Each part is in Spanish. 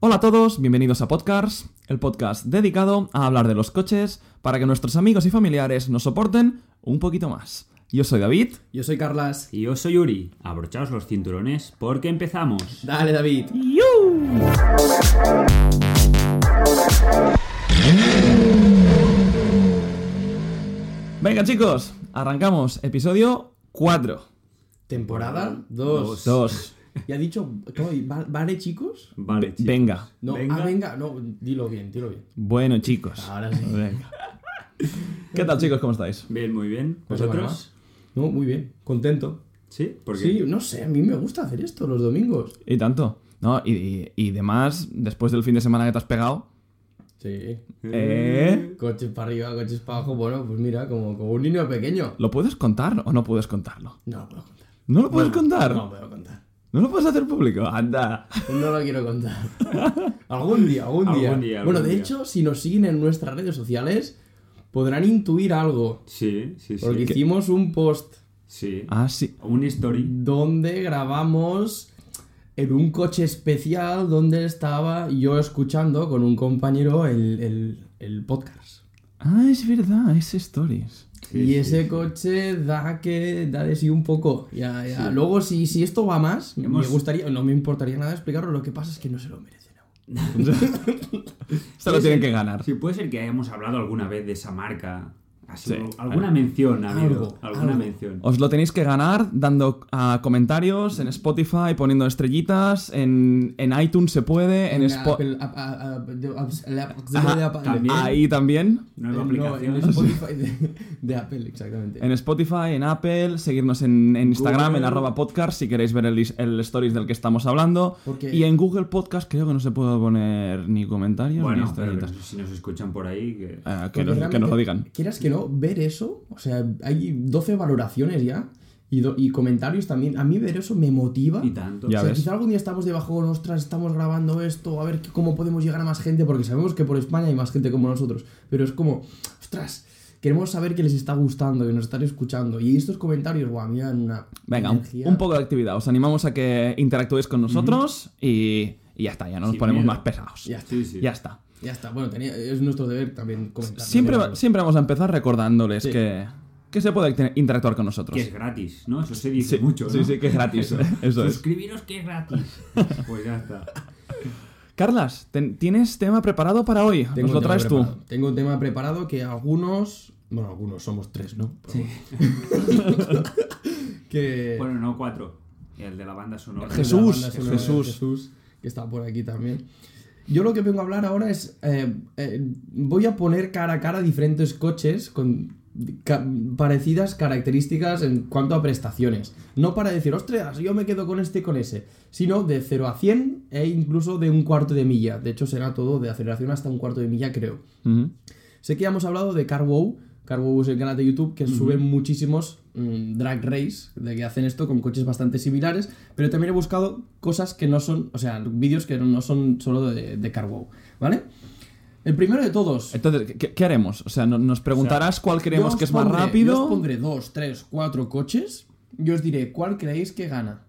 Hola a todos, bienvenidos a Podcast, el podcast dedicado a hablar de los coches para que nuestros amigos y familiares nos soporten un poquito más. Yo soy David. Yo soy Carlas. Y yo soy Uri. Abrochaos los cinturones porque empezamos. Dale, David. Venga chicos, arrancamos episodio 4. Temporada 2. 2. ¿Ya ha dicho ¿cómo? ¿Va- ¿Vale, chicos? Vale, chicos. Venga. No, Venga. ah, venga, no, dilo bien, dilo bien. Bueno chicos. Ahora sí. Venga. ¿Qué tal chicos? ¿Cómo estáis? Bien, muy bien. No se para más. ¿Vosotros? No, muy bien, contento. Sí, porque Sí, no sé, a mí me gusta hacer esto los domingos. Y tanto. No, y, y, y demás, después del fin de semana que te has pegado. Sí. ¿Eh? Coches para arriba, coches para abajo. Bueno, pues mira, como, como un niño pequeño. ¿Lo puedes contar o no puedes contarlo? No lo puedo contar. ¿No lo puedes contar? No lo puedo contar. ¿No lo puedes hacer público? Anda. No lo quiero contar. algún día, algún día. Algún día, algún bueno, de día. hecho, si nos siguen en nuestras redes sociales, podrán intuir algo. Sí, sí, sí. Porque hicimos un post Sí. Ah, sí. Un story. donde grabamos en un coche especial donde estaba yo escuchando con un compañero el, el- el podcast. Ah, es verdad, es Stories. Sí, y sí, ese sí. coche da que da de sí un poco. Ya, ya. Luego, si, si esto va más, me Hemos- gustaría, no me importaría nada explicarlo. Lo que pasa es que no se lo merecen aún. Se lo tienen que ganar. Sí, puede ser que hayamos hablado alguna vez de esa marca. Así, Sí. Ah. alguna mención ha habido. Algo, alguna algo. mención. Os lo tenéis que ganar dando a comentarios en Spotify, poniendo estrellitas, en, en iTunes se puede, en Spo- Apple- a- a- a- de- a- la- de Ajá, Apple- Ah, también. ahí también. Nueva No, aplicación. en Spotify de, de Apple, exactamente. En Spotify, en Apple, seguirnos en, en Instagram, en Google. arroba podcast, si queréis ver el, is- el stories del que estamos hablando. Porque- Y en Google Podcast creo que no se puede poner ni comentarios ni Bueno, pero estrellitas. si nos escuchan por ahí, que... Ah, que, Porque nos, que nos lo realmente, digan. Quieras que no, ver eso, o sea, hay 12 valoraciones ya y, do- y comentarios también. A mí ver eso me motiva. y tanto. Ya o sea, ves. quizá algún día estamos debajo, ostras, estamos grabando esto, a ver qué- cómo podemos llegar a más gente, porque sabemos que por España hay más gente como nosotros. Pero es como, ostras, queremos saber que les está gustando, que nos están escuchando. Y estos comentarios, guau, me dan una. Venga, un, energía. un poco de actividad. Os animamos a que interactuéis con nosotros y, y ya está, ya no nos Sin ponemos miedo. más pesados. Ya está. Sí, sí. Ya está. Ya está, bueno, tenía- es nuestro deber también comentar. Siempre, va- Pero- siempre vamos a empezar recordándoles Sí. que, que se puede acti- interactuar con nosotros. Que es gratis, ¿no? Eso se dice Sí, mucho, sí, ¿no? sí, que es gratis. Eso es. Suscribiros que es gratis. Pues ya está. Carlas, ten- ¿tienes tema preparado para hoy? Nos lo Tengo un tema traes tú. preparado. Tengo un tema preparado que algunos. Bueno, algunos somos tres, ¿no? Pero bueno. que. Bueno, no cuatro. El de la banda sonora. que Jesús, la banda sonora de Jesús. Jesús, que está por aquí también. Yo lo que vengo a hablar ahora es. eh, eh, voy a poner cara a cara diferentes coches con ca- parecidas características en cuanto a prestaciones. No para decir, ostras, yo me quedo con este y con ese. Sino de 0 a 100 e incluso de un cuarto de milla. De hecho, será todo de aceleración hasta un cuarto de milla, creo. Ujú. Sé que ya hemos hablado de CarWow. CarWow es el canal de YouTube que sube muchísimos mm, drag race, de que hacen esto con coches bastante similares, pero también he buscado cosas que no son, o sea, vídeos que no son solo de, de CarWow, ¿vale? El primero de todos. Entonces, ¿qué, qué haremos? O sea, no- nos preguntarás cuál Eh, creemos yo os que es pondré- más Yo os rápido. pondré dos, tres, cuatro coches y os diré cuál creéis que gana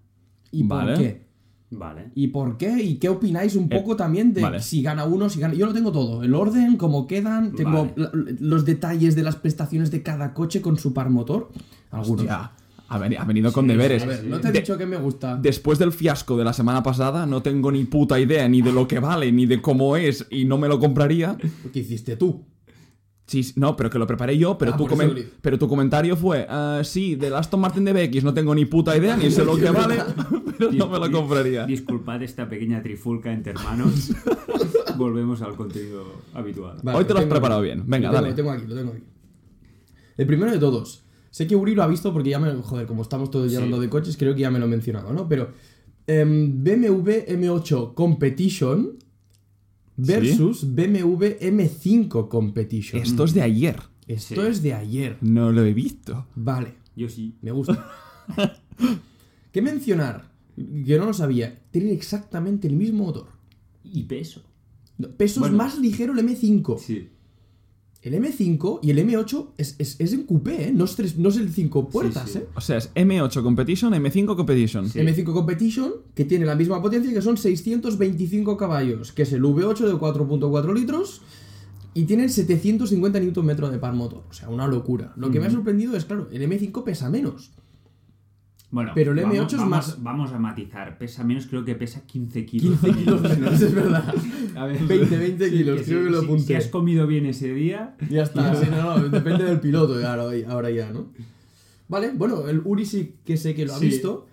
y Vale. por qué. Vale. ¿Y por qué? ¿Y qué opináis un poco también de Eh, vale. si gana uno, si gana... Yo lo tengo todo, el orden, cómo quedan, tengo Vale. la- los detalles de las prestaciones de cada coche con su par motor. Algunos. Hostia, ha, veni- ha venido con deberes. A ver, no te he De- dicho que me gusta. Después del fiasco de la semana pasada, no tengo ni puta idea ni de lo que vale, ni de cómo es, y no me lo compraría. ¿Qué hiciste tú? Sí, sí, no, pero que lo preparé yo, pero, Ah, tu, por eso comen- lo digo. pero tu comentario fue, "Ah, sí, del Aston Martin de BX no tengo ni puta idea, ni sé lo que vale, pero no me lo Dis- compraría. Disculpad esta pequeña trifulca entre hermanos. Volvemos al contenido habitual. Vale, Hoy te lo has tengo preparado aquí. bien. Venga, Lo tengo- dale. Lo tengo aquí, lo tengo aquí. El primero de todos. Sé que Uri lo ha visto porque ya me. Joder, como estamos todos hablando de coches, creo que ya me lo he mencionado, ¿no? Pero. em, BMW M8 Competition versus BMW M5 Competition. Esto es de ayer, Esto Sí. es de ayer. no lo he visto. Vale, Yo sí. me gusta. ¿Qué mencionar? Que no lo sabía. Tienen exactamente el mismo motor. Y peso. No, Peso es Bueno. más ligero el M5. Sí. El M5 y el M8 es, es, es en coupé, ¿eh? No es, tres- no es el 5 puertas, sí. ¿eh? O sea, es M8 Competition, M5 Competition. Sí. M5 Competition, que tiene la misma potencia, que son 625 caballos, que es el V8 de 4.4 litros, y tienen 750 Nm de par motor. O sea, una locura. Lo que me ha sorprendido es, claro, el M5 pesa menos. Bueno, Pero el vamos- M8 es vamos- más- Vamos a matizar. Pesa menos, creo que pesa 15 kilos. 15 kilos menos, es verdad. A ver, 20, 20 kilos, que creo si- que lo si- apunté. Si has comido bien ese día, Ya está, sí, no, no, depende del piloto ahora, ahora ya, ¿no? Vale, bueno, el Uri sí que sé que lo ha Sí. visto.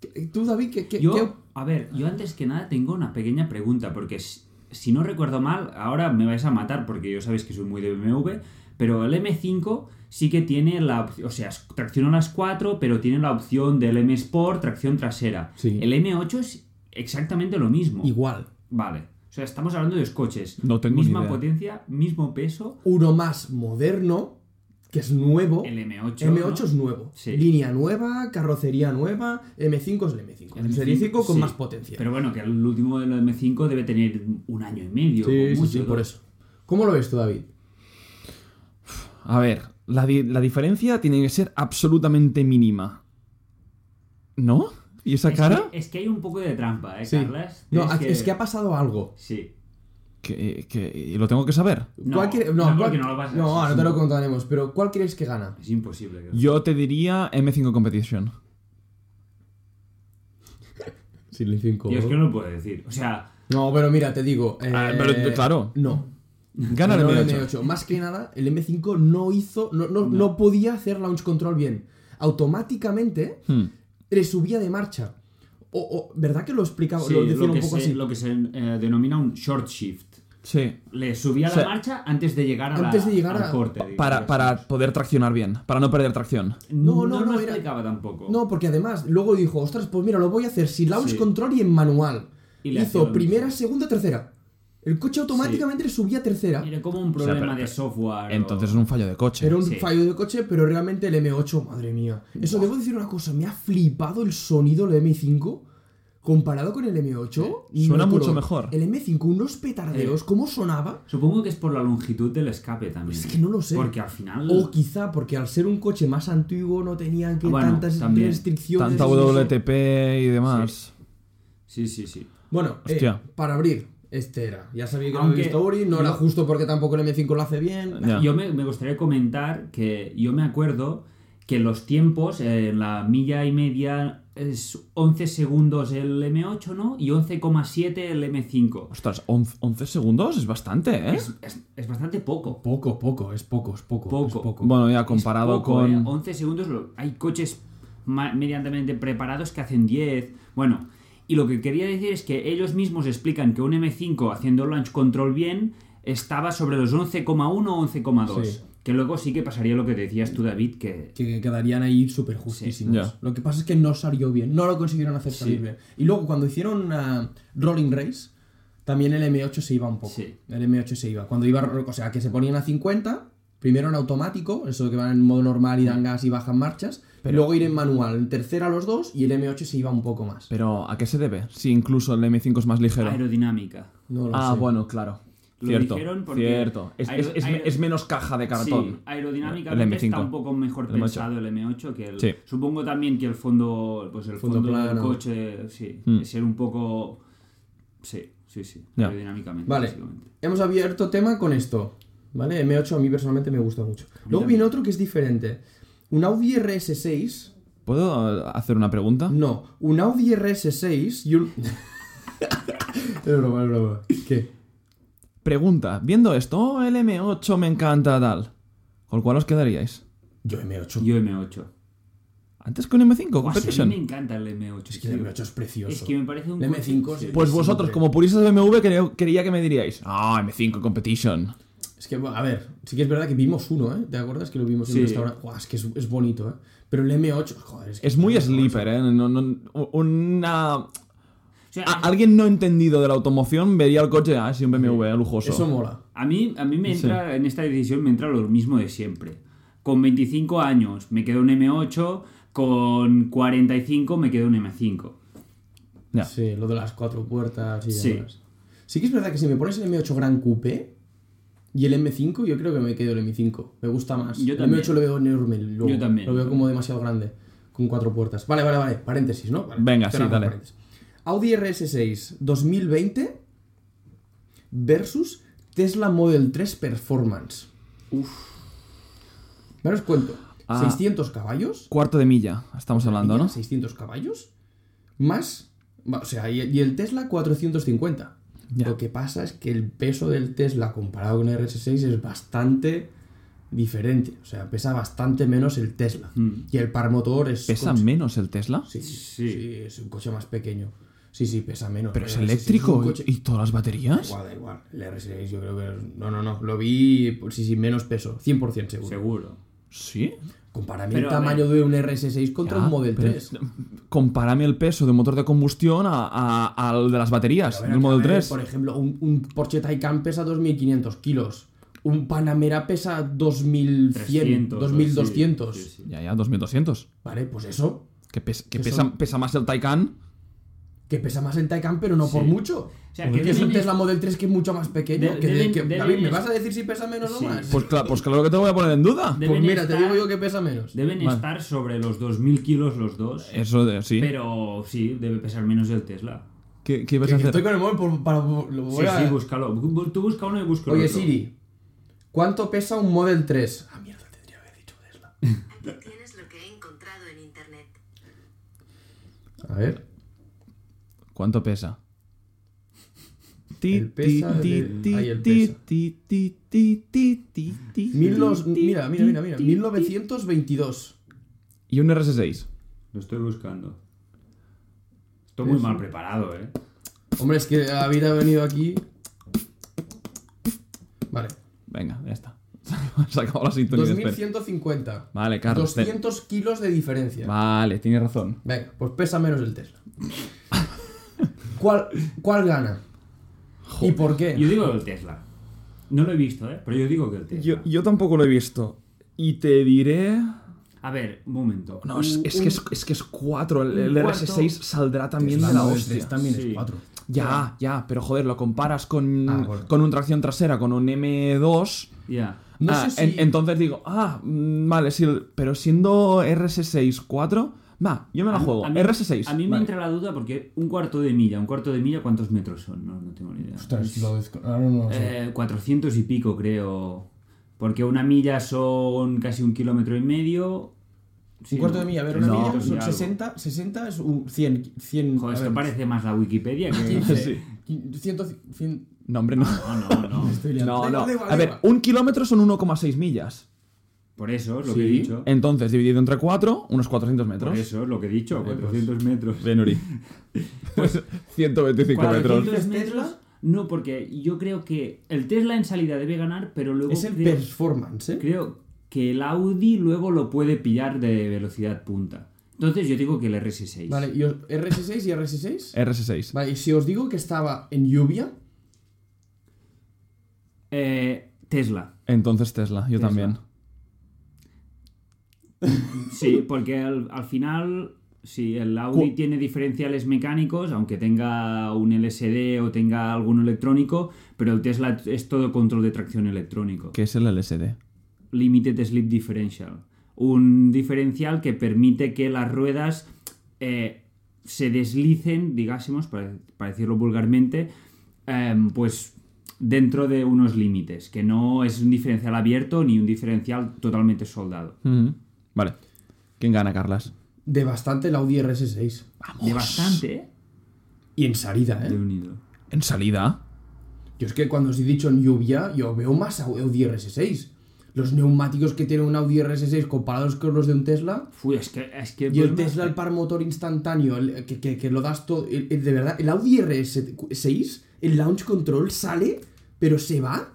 ¿Qué- ¿Tú, David, qué, qué- qué- Yo, a ver, yo antes que nada tengo una pequeña pregunta, porque si, si no recuerdo mal, ahora me vais a matar, porque yo sabéis que soy muy de BMW, pero el M5 sí que tiene la opción, o sea, es tracción a las 4, pero tiene la opción del M Sport, tracción trasera. Sí. El M8 es exactamente lo mismo. Igual. Vale. O sea, estamos hablando de dos coches. No tengo ni Misma idea. potencia, mismo peso, Uno más moderno, que es nuevo. el M8. M8 ¿no? es nuevo. Sí. Línea nueva, carrocería nueva. M5 es el M5. El El Serie M5, 5 con sí. más potencia. Pero bueno, que el último del M5 debe tener un año y medio. sí, como sí, mucho, sí, por dos. eso. ¿Cómo lo ves tú, David? A ver, la, di- la diferencia tiene que ser absolutamente mínima. ¿No? ¿Y esa Es cara? que, es que hay un poco de trampa, ¿eh, Sí. Carlas? No, Tienes es que... ha pasado algo. Sí. Que, que- lo tengo que saber. No, ¿Cuál cre- no, cuál- porque no lo vas a- No, ahora te lo sí. contaremos. Pero ¿cuál crees que gana? Es imposible. Carlas. Yo te diría M5 Competition. Sí, el M5. Yo es que no lo puedo decir. O sea, No, pero mira, te digo. Ah, eh, pero, claro. No. Gana el Ganó M8. Más que nada, el M5 no hizo. No, no, no podía hacer launch control bien. Automáticamente Hmm. le subía de marcha. O, o- ¿Verdad que lo explicaba? sí, lo decía un lo, que poco se, así. lo que se eh, denomina un short shift. Sí. Le subía O sea, la marcha antes de llegar, a la- antes de llegar al a- corte. digamos. Para, para poder traccionar bien, para no perder tracción. No, No, no, no, no, lo era- explicaba tampoco. No, porque además luego dijo, ostras, pues mira, lo voy a hacer sin launch Sí. control y en manual. Y le hacía hizo lo primera, mismo. segunda, tercera. El coche automáticamente le subía a tercera. Era como sea, un problema pero- de software. o- Entonces es un fallo de coche. Era un Sí. fallo de coche, pero realmente el M8, madre mía. Eso, debo decir una cosa, me ha flipado el sonido del M5 comparado con el M8. Sí. Suena no hay mucho color. mejor. El M5, unos petardeos, ¿cómo sonaba? Supongo que es por la longitud del escape también. Es que no lo sé. Porque al final. O quizá porque al ser un coche más antiguo no tenían que Ah, bueno, tantas también. restricciones. Tanta y eso. WTP y demás. Sí, sí, sí. Bueno, eh, Hostia. para abrir, este era. Ya sabía que lo Aunque- había visto Uri, no era yo- justo porque tampoco el M5 lo hace bien. Ya. Yo me, me gustaría comentar que yo me acuerdo que los tiempos eh, en la milla y media es 11 segundos el M8, ¿no? Y 11,7 el M5. Ostras, 11, 11 segundos es bastante, ¿eh? Es, es- es bastante poco. Poco, poco, es poco, es poco. Poco. es poco. Bueno, ya Es comparado poco, con... ¿eh? 11 segundos, lo- hay coches ma- medianamente preparados que hacen 10. Bueno, y lo que quería decir es que ellos mismos explican que un M5 haciendo launch control bien estaba sobre los 11,1 o 11,2. Sí. Que luego sí que pasaría lo que decías tú, David, que que quedarían ahí súper justísimos. Sí, ya. Lo que pasa es que no salió bien, no lo consiguieron hacer salir bien. Y luego cuando hicieron ah, Rolling Race, también el M8 se iba un poco. Sí. El M8 se iba. Cuando iba, o sea, que se ponían a 50, primero en automático, eso que van en modo normal y Mm. dan gas y bajan marchas, luego ir en manual, en tercera los dos y el M8 se iba un poco más. Pero ¿a qué se debe? Si incluso el M5 es más ligero. aerodinámica. No lo ah, sé. bueno, claro. Lo cierto, dijeron porque cierto. Es, es- aero- es- aero- es menos caja de Sí, cartón. aerodinámicamente El M5. está un poco mejor El M8. pensado el M8 que el... Sí. Supongo también que el fondo, pues el Fondo fondo, del plano. coche, sí, Mm. es ser un poco... Sí, sí, sí, Ya. aerodinámicamente. Vale. básicamente. Hemos abierto tema con esto. ¿Vale? M8 a mí personalmente me gusta mucho. Luego también. viene otro que es diferente. Un Audi RS6 ¿Puedo eh, hacer una pregunta? No, un Audi RS6 y un. es broma, es broma. ¿Qué? Pregunta, viendo esto, "Oh, el M8 me encanta tal. ¿Con cuál os quedaríais? Yo M8. Yo M8. ¿Antes con M5? Buah, sí, a mí Competition. me encanta el M8. Es que sí. el M8 es precioso. Es que me parece un El M5 coche- sí. Pues vosotros, como puristas de BMW, creo- quería que me diríais, ah, M5 Competition. Es que, bueno, a ver, sí que es verdad que vimos uno, ¿eh? ¿Te acuerdas que lo vimos en Sí. el restaurante? Guau, es que es, es bonito, ¿eh? Pero el M8, joder, es que. Es muy sleeper, ¿eh? No- no- una... O sea, a- alguien no entendido de la automoción vería el coche, ah, sí, un BMW lujoso. Eso mola. A mí, a mí me entra, en esta decisión me entra lo mismo de siempre. Con 25 años me quedo un M8, con 45 me quedo un M5. Ya. Sí, lo de las cuatro puertas y Sí. demás. Sí. que es verdad que si me pones el M8 Gran Coupé, Y el M5, yo creo que me quedo el M5. Me gusta más. Yo el también. M8 lo veo enorme. luego. Yo también. Lo veo como demasiado grande. Con cuatro puertas. Vale, vale, vale. Paréntesis, ¿no? Vale. Venga, sí, Cerramos dale. paréntesis. Audi RS6 2020 versus Tesla Model 3 Performance. Uf. Ahora os cuento. Ah. 600 caballos. Cuarto de milla, estamos hablando, Mira, ¿no? 600 caballos. Más. va, O sea, y, y el Tesla 450. Ya. Lo que pasa es que el peso del Tesla comparado con el RS6 es bastante diferente. O sea, pesa bastante menos el Tesla. Mm. Y el par motor es. ¿Pesa coche- menos el Tesla? Sí, Sí. sí, es un coche más pequeño. Sí, sí, pesa menos. ¿Pero es El RS6 eléctrico un coche- y todas las Da baterías? Igual, da igual. El RS6 yo creo que. No, no, no. Lo vi. pues, Sí, sí, menos peso. 100% seguro. Seguro. Sí. Comparame Pero, el a ver. tamaño de un RS6 contra Ya, un Model pero 3. Compárame el peso de un motor de combustión a- a- al de las Pues, baterías A ver, del Model a ver, 3. Por ejemplo, un, un Porsche Taycan pesa 2.500 kilos. Un Panamera pesa 2.100, 300, o 2.200. sí, sí, sí. Ya, ya, 2200. Vale, pues eso. Que, pes- que Que pesa, son- pesa más el Taycan. Que pesa más el Taycan, pero no por Sí. mucho. O sea, Porque que es un deben- Tesla Model 3 que es mucho más pequeño. de- que de- deben- que- deben David, ¿me es- vas a decir si pesa menos Sí. o más? Pues, cla- pues claro que te lo voy a poner en duda. De- Pues deben mira, te estar- digo yo que pesa menos. Deben Vale. estar sobre los 2.000 kilos los dos. Eso de- sí. Pero sí, debe pesar menos el Tesla. ¿Qué, qué ibas Que- a que hacer? estoy con el móvil por- para. lo voy Sí, a- sí, búscalo. Bu- Tú busca uno y busca el Oye, otro. Siri, ¿cuánto pesa un Model 3? Ah, mierda, tendría que haber dicho Tesla. Tienes lo que he encontrado en internet. A ver. ¿Cuánto pesa? El pesa de- ahí el pesa. 1900 Mira, mira, mira, mira. 1922. Y un RS6. Lo estoy buscando. Estoy muy mal preparado, ¿eh? Hombre, es que David ha venido aquí. Vale. Venga, ya está. Se acabó la sintonía. de espera. 2150. Vale, Carlos. te- 200 kilos de diferencia. Vale, tienes razón. Venga, pues pesa menos el Tesla. ¿Cuál, cuál gana? ¿Y por Yo qué? digo el Tesla. No lo he visto, ¿eh? Pero yo digo que el Tesla. tampoco lo he visto. Y te diré. A ver, un momento. No, es, Un- es que es, es que es 4. El, el un cuarto- RS6 saldrá también Tesla de la Model hostia. 3 también Sí. es 4. Ya, ya, pero joder, lo comparas con, Ah, bueno. con un tracción trasera, con un M2. Ya. No Ah, sé si. en- entonces digo, ah, mm, vale, sí, pero siendo RS6 4, va, yo me la A- juego. a mí- RS6. A mí me vale. entra la duda porque un cuarto de milla, un cuarto de milla, ¿cuántos metros son? No, no tengo ni idea. Eh, 400 y pico, creo. Porque una milla son casi un kilómetro y medio. Sí, Un cuarto de ¿no? milla, a ver, una No, milla y son algo. 60, 60 es un 100. 100 Joder, a esto ver, parece más la Wikipedia que. 15, Sí. 100, 100, No, hombre, no. No, no, no. estoy liando. Da No, igual, no. da igual, A da ver, igual. un kilómetro son 1,6 millas. Por eso es lo Sí. que he dicho. Entonces, dividido entre 4, unos 400 Por metros. eso es lo que he dicho, pues. 400 metros. Benuri. Pues 125 metros. 400 ¿Dices metros. Tesla? No, porque yo creo que el Tesla en salida debe ganar, pero luego Es el creo, performance, ¿eh? creo que el Audi luego lo puede pillar de velocidad punta. Entonces yo digo que el RS6. Vale, y os- RS6 y RS6. RS6. Vale, y si os digo que estaba en lluvia, Eh, Tesla. Entonces Tesla, yo Tesla. también. Sí, porque al, al final, si el Audi Cu- tiene diferenciales mecánicos, aunque tenga un LSD o tenga alguno electrónico, pero el Tesla es todo control de tracción electrónico. ¿Qué es el LSD? Limited Slip Differential. Un diferencial que permite que las ruedas eh, se deslicen, digásemos, para, para decirlo vulgarmente, em, pues dentro de unos límites, que no es un diferencial abierto ni un diferencial totalmente soldado. Ujú. Vale. ¿Quién gana, Carlas? de bastante el Audi RS6. De bastante, ¿eh? Y en salida, De ¿eh? unido. En salida. Yo es que cuando os he dicho en lluvia, yo veo más au- Audi RS6. Los neumáticos que tiene un Audi RS6 comparados con los de un Tesla. Fui, es que, es que Y el pues, Tesla, el par motor instantáneo, el- que, que- que lo das todo. el- el- de verdad, el Audi RS6, el launch control sale, pero se va.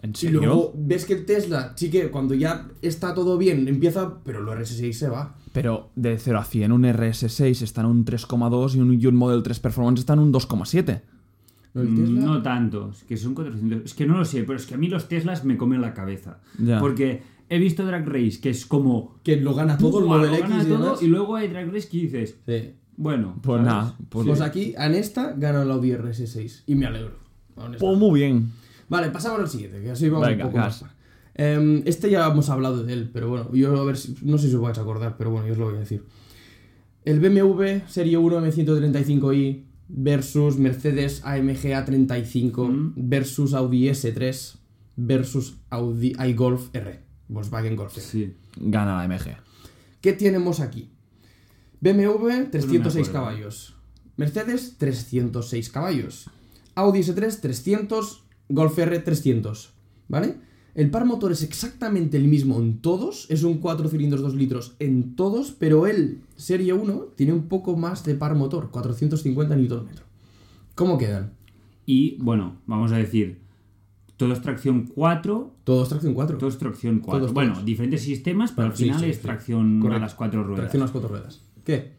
¿En Y serio? luego ves que el Tesla, sí que cuando ya está todo bien, empieza, pero el RS6 se va. Pero de 0 a 100, un RS6 está en un 3,2 y un, y un Model 3 Performance está en un 2,7. ¿No, el Tesla? Mm, No tanto, es que son 400. Es que no lo sé, pero es que a mí los Teslas me comen la cabeza. Ya. Porque he visto Drag Race, que es como. Que lo gana todo el "Buah, Model lo X gana y todo", demás. y luego hay Drag Race que dices, Sí. bueno. Pues ¿sabes? nada, pues Pues aquí, en esta, gana el Audi RS6. Y me alegro. honestamente. Pues muy bien. Vale, pasamos al siguiente, que así vamos Venga, un poco gas. más. Em, este ya hemos hablado de él, pero bueno, yo a ver si, no sé si os vais a acordar, pero bueno, yo os lo voy a decir. El BMW Serie 1 M135i versus Mercedes AMG A35 Mm. versus Audi S3 versus Audi iGolf R, Volkswagen Golf R. Sí. Gana la MG. ¿Qué tenemos aquí? BMW 306 acuerdo. caballos. Mercedes 306 caballos. Audi S3 300, Golf R 300, ¿vale? El par motor es exactamente el mismo en todos, es un 4 cilindros 2 litros en todos, pero el Serie 1 tiene un poco más de par motor, 450 Nm. ¿Cómo quedan? Y bueno, vamos a decir, todos tracción 4, Todos tracción 4. todos tracción 4. Todos, bueno, todos. diferentes sistemas, pero Bueno, al sí, final sí, es sí. tracción a Correcto. las 4 ruedas. Tracción a las 4 ruedas. ¿Qué?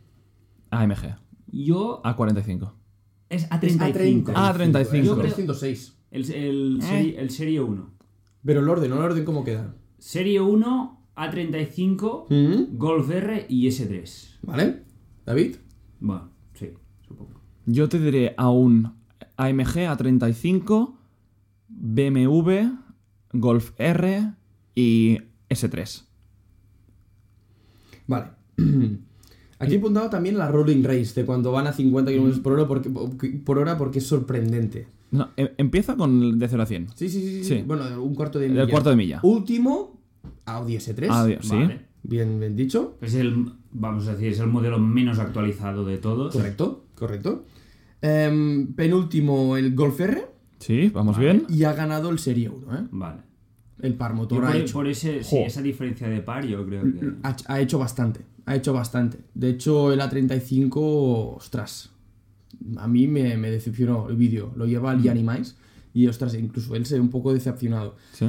AMG. yo A45. es Es Ah. A35. Ah, 35. Yo creo- 306. El, el, seri- el serie 1. Pero el orden, ¿no? El orden cómo queda. Serie 1, A35, Golf R y S3. ¿Vale? David. Bueno, sí, supongo. Yo te diré a un AMG A35, BMW, Golf R y S3. Vale. Aquí he apuntado también la Rolling Race, de cuando van a 50 km por hora porque, por hora porque es sorprendente. No, em- empieza con el de 0 a 100. Sí, sí, sí. Sí. Bueno, un cuarto de El milla. cuarto de milla. Último, Audi S3. Adiós, ¿sí? Vale. Bien, bien dicho. Es el, vamos a decir, es el modelo menos actualizado de todos. Correcto, correcto. Em, penúltimo, el Golf R. Sí, vamos bien. Y ha ganado el Serie 1, ¿eh? Vale. El par Yo motor por, ha hecho, por ese, sí, esa diferencia de par, yo creo que. ha, ha hecho bastante. Ha hecho bastante. De hecho, el A35, ostras. A mí me, me decepcionó el vídeo. Lo lleva el Animais. Y ostras, incluso él se ve un poco decepcionado. Sí.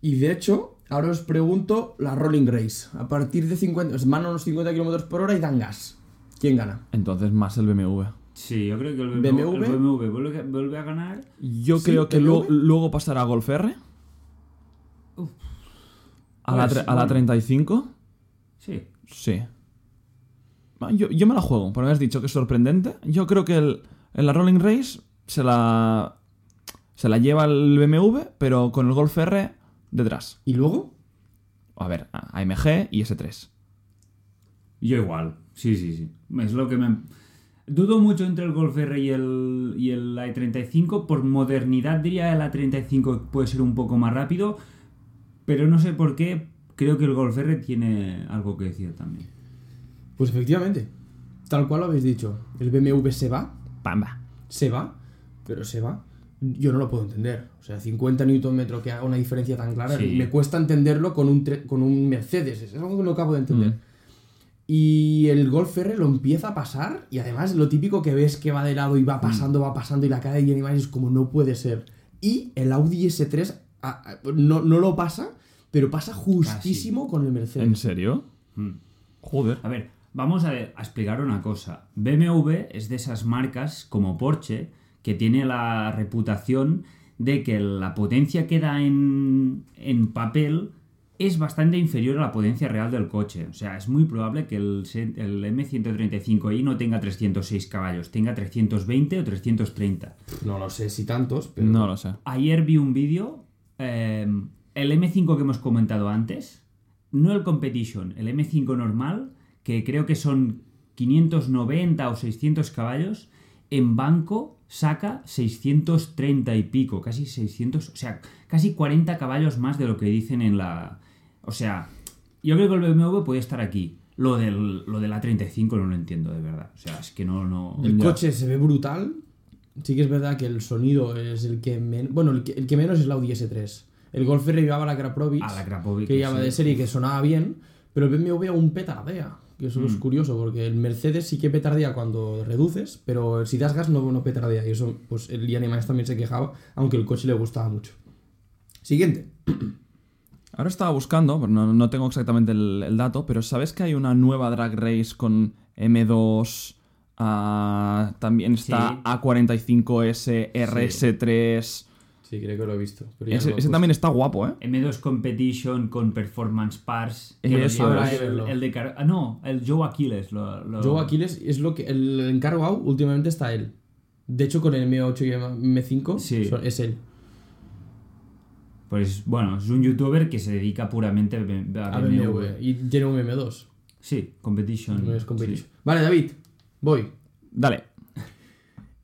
Y de hecho, ahora os pregunto la Rolling Race. A partir de 50, os van a unos 50 km por hora y dan gas. ¿Quién gana? Entonces más el BMW. Sí, yo creo que el BMW, BMW. el BMW vuelve, vuelve a ganar. Yo Sí, creo que BMW. lu- luego pasará a Golf R. Uf. A la, Pues, tre- a la bueno. 35. Sí. Sí. Va, Yo, yo me la juego, porque me has dicho que es sorprendente. Yo creo que el, en la Rolling Race se la, se la lleva el BMW, pero con el Golf R detrás. ¿Y luego? A ver, a- AMG y S3. Yo igual. Sí, sí, sí. Es lo que me. Dudo mucho entre el Golf R y el, y el i35. Por modernidad diría el A35 puede ser un poco más rápido. Pero no sé por qué. Creo que el Golf R tiene algo que decir también. Pues efectivamente. Tal cual lo habéis dicho. El BMW se va, Pamba. se va, pero se va. Yo no lo puedo entender. O sea, 50 Nm que haga una diferencia tan clara. Sí. Me cuesta entenderlo con un, tre- con un Mercedes. Es algo que no acabo de entender. Y el Golf R lo empieza a pasar. Y además, lo típico que ves que va de lado y va pasando, va pasando. Y la cara de Jenny Vines es como no puede ser. Y el Audi S3 a- a- no, no lo pasa, pero pasa justísimo con el Mercedes. ¿En serio? Mm. Joder. A ver, vamos a, a explicar una cosa. BMW es de esas marcas como Porsche que tiene la reputación de que la potencia que da en, en papel es bastante inferior a la potencia real del coche. O sea, es muy probable que el, se- el M135i no tenga 306 caballos, tenga 320 o 330. No lo sé si tantos, pero. No lo sé. Ayer vi un vídeo, eh, el M5 que hemos comentado antes, no el Competition, el M5 normal, que creo que son 590 o 600 caballos, en banco saca 630 y pico, casi 600, o sea, casi 40 caballos más de lo que dicen en la... O sea, yo creo que el BMW puede estar aquí. Lo del, lo de la 35 no lo entiendo de verdad. O sea, es que no... no... El Ya. coche se ve brutal. Sí que es verdad que el sonido es el que menos. Bueno, el que, el que menos es el Audi S3. El Golf R llevaba la Krapovic. A Ah, la Krapovic, Que llevaba sí. de serie que sonaba bien. Pero el BMW era un petardea. Que eso Mm. es curioso, porque el Mercedes sí que petardea cuando reduces, pero si das gas no, no petardea. Y eso, pues el Ian Emaes también se quejaba, aunque el coche le gustaba mucho. Siguiente. Ahora estaba buscando, pero no, no tengo exactamente el, el dato, pero ¿sabes que hay una nueva drag race con M2? ah, también está Sí. A45S, RS3. Sí, creo que lo he visto. pero ya Ese, no lo he ese puesto. también está guapo, ¿eh? M2 Competition con Performance Pars. que lo Eso lleva es. el, el de Car- ah, no, el Joe Aquiles. Lo, lo- Joe Aquiles es lo que. El encargo out últimamente está él. De hecho, con el M8 y el M5 Sí. son- es él. Pues bueno, es un youtuber que se dedica puramente a B- a A BMW. BMW. Y tiene un M2. Sí, competition. No es Pues competition. Vale, David, voy. Dale.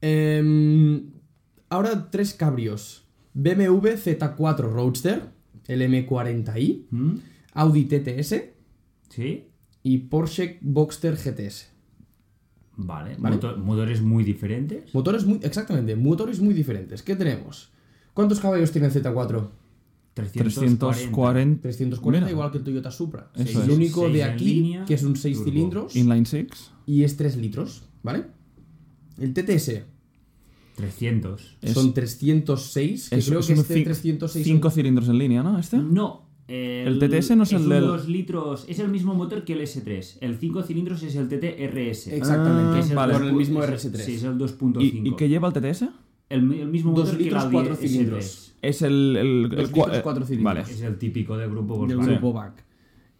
Em, ahora tres cabrios. BMW Z4 Roadster, el M40i, Sí. ¿Mm? Audi TTS ¿Sí? y Porsche Boxster GTS. Vale. Vale. Motor- motores muy diferentes. Motores muy, exactamente, motores muy diferentes. ¿Qué tenemos? ¿Cuántos caballos tiene el Z4? 340. 340. 340, Mira. igual que el Toyota Supra. Eso el es. único Seis de en aquí línea, que es un 6 turbo. cilindros Inline 6. y es 3 litros, ¿vale? El TTS 300. Es- son 306, que Es- creo es que un este cin- 306 Cinco cilindros en línea, ¿no? Este. No. El, El TTS no es el del- 2 litros. Es el mismo motor que el S3. El 5 cilindros es el TTRS. Exacto. Exactamente, Ah, Que es vale. por dos el pu- mismo es- RS3. Pues Sí, es el ¿Y, 2.5. y qué lleva el TTS? El, el mismo Dos motor que litros, la cuatro 10 S3. cilindros. Es el. el, el Los cua- litros, eh, cuatro cilindros. Vale. Es el típico del grupo del Volkswagen. grupo BAC.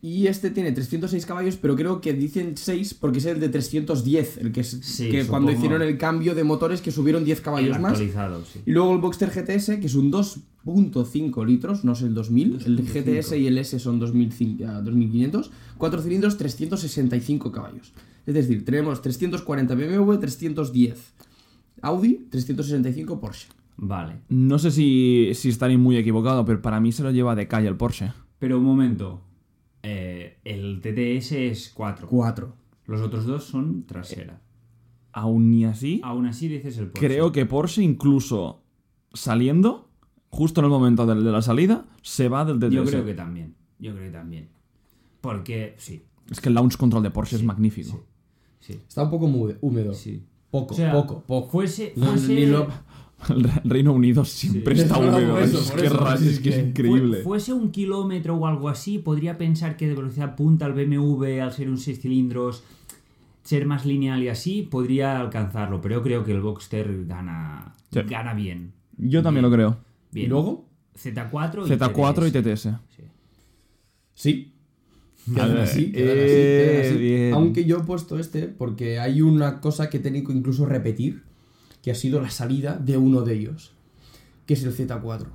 Y este tiene 306 caballos, pero creo que dicen 6 porque es el de 310, el que, es, Sí, que cuando supongo. hicieron el cambio de motores que subieron 10 El caballos más. actualizado, sí. Y luego el Boxster GTS, que es un 2.5 litros, no es el 2000, el 2.5. GTS y el S son 2005 ah, 2500, 4 cilindros, 365 caballos. Es decir, tenemos 340 BMW, 310 Audi, 365 Porsche. Vale. No sé si, si estaré muy equivocado, pero para mí se lo lleva de calle el Porsche. Pero un momento. Eh, el TTS es 4. 4. Los otros dos son trasera. Eh. Aún ni así. Aún así dices el Porsche. Creo que Porsche, incluso saliendo, justo en el momento del- de, la salida, se va del TTS. Yo creo que también. Yo creo que también. Porque sí. Es que el launch control de Porsche sí, es magnífico. Sí. Está un poco mu- húmedo. sí, sí. Poco, O sea, poco, poco. Fuese, No, fuese- ni lo- El Re- Reino Unido siempre Sí. está Por húmedo. eso, Es por que eso, ra- así es que es que- increíble. Fue- fuese un kilómetro o algo así, podría pensar que de velocidad punta el BMW, al ser un 6 cilindros, ser más lineal y así, podría alcanzarlo. Pero yo creo que el Boxster gana, Sí. gana bien. Yo también lo creo. Bien. ¿Y luego? Z4 y Z4 y TTS. TTS. Sí. Sí. A Quedan ver, así, quedan así, eh, quedan así. bien. Aunque yo he puesto este porque hay una cosa que he tenido que incluso repetir, que ha sido la salida de uno de ellos, que es el Z4.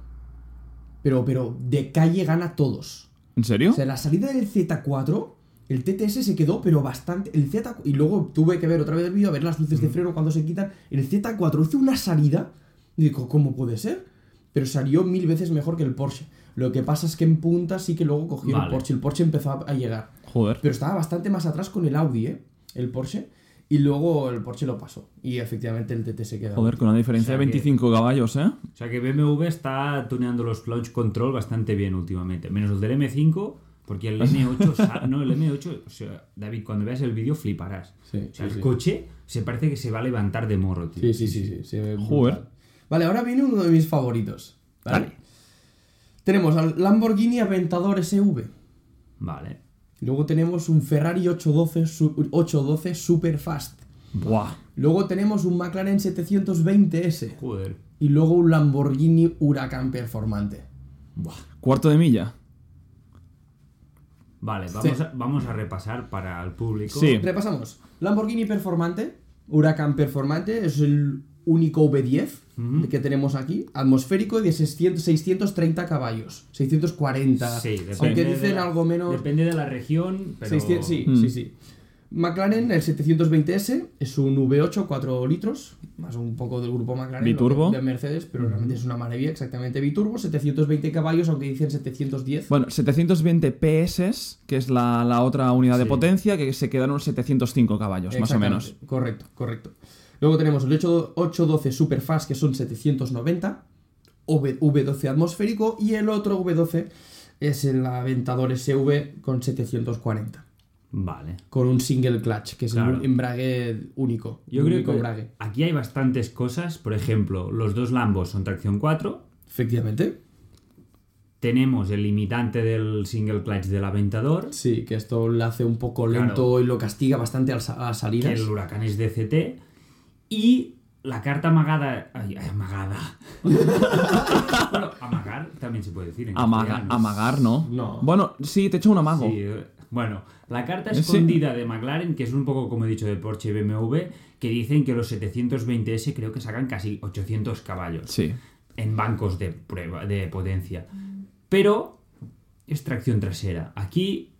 Pero, pero de calle gana todos. ¿En serio? O sea, la salida del Z4, el TTS se quedó, pero bastante. El Z y luego tuve que ver otra vez el vídeo, a ver las luces de freno cuando se quitan. El Z4 hizo una salida. Y digo, ¿cómo puede ser? Pero salió mil veces mejor que el Porsche. Lo que pasa es que en punta sí que luego cogió el Vale. Porsche. El Porsche empezó a llegar. Joder. Pero estaba bastante más atrás con el Audi, ¿eh? El Porsche. Y luego el Porsche lo pasó. Y efectivamente el TT se quedó. Joder, con una diferencia O sea de que- 25 caballos, ¿eh? O sea que BMW está tuneando los launch control bastante bien últimamente. Menos el del M5, porque el M8... sa- no, el M8... O sea, David, cuando veas el vídeo fliparás. Sí, O sea, sí, el sí. coche se parece que se va a levantar de morro, tío. Sí, sí, sí, sí. se ve Joder. brutal. Vale, ahora viene uno de mis favoritos. ¿vale? Dale. Tenemos al Lamborghini Aventador SV. Vale. Luego tenemos un Ferrari 812, su- 812 Super Fast. Buah. Luego tenemos un McLaren 720S. Joder. Y luego un Lamborghini Huracán Performante. Buah. Cuarto de milla. Vale, vamos, a, vamos a repasar para el público. Sí. Repasamos. Lamborghini Performante. Huracán Performante es el único V10 que tenemos aquí. Atmosférico y de 600 630 caballos. 640. Sí, depende aunque de dicen la- algo menos. Depende de la región, pero... 600, sí, sí, sí. McLaren, el 720S, es un V8, 4 litros, más un poco del grupo McLaren. lo que- Biturbo. De Mercedes, pero realmente es una maravilla, exactamente. Biturbo, 720 caballos, aunque dicen 710. Bueno, 720 PS, que es la, la otra unidad de Sí. potencia, que se quedaron 705 caballos, más o Exactamente, menos. Correcto, correcto. Luego tenemos el 8 812 Superfast, que son 790, V- V12 atmosférico, y el otro V12 es el Aventador SV con 740. Vale. Con un single clutch, que es Claro. el embrague único. Yo el creo único que embrague. aquí hay bastantes cosas. Por ejemplo, los dos Lambos son tracción 4. Efectivamente. Tenemos el limitante del single clutch del Aventador. Sí, que esto lo hace un poco lento Claro. y lo castiga bastante al sa- a las que salidas. el huracán es DCT y la carta amagada ay, ay, amagada bueno amagar también se puede decir en Amaga- castellano. amagar, ¿no? No. Bueno, sí, te echo un amago. Sí, eh, bueno la carta Sí. escondida de McLaren que es un poco como he dicho de Porsche y BMW que dicen que los 720S creo que sacan casi 800 caballos Sí. en bancos de prueba de potencia Pero es tracción trasera. Aquí,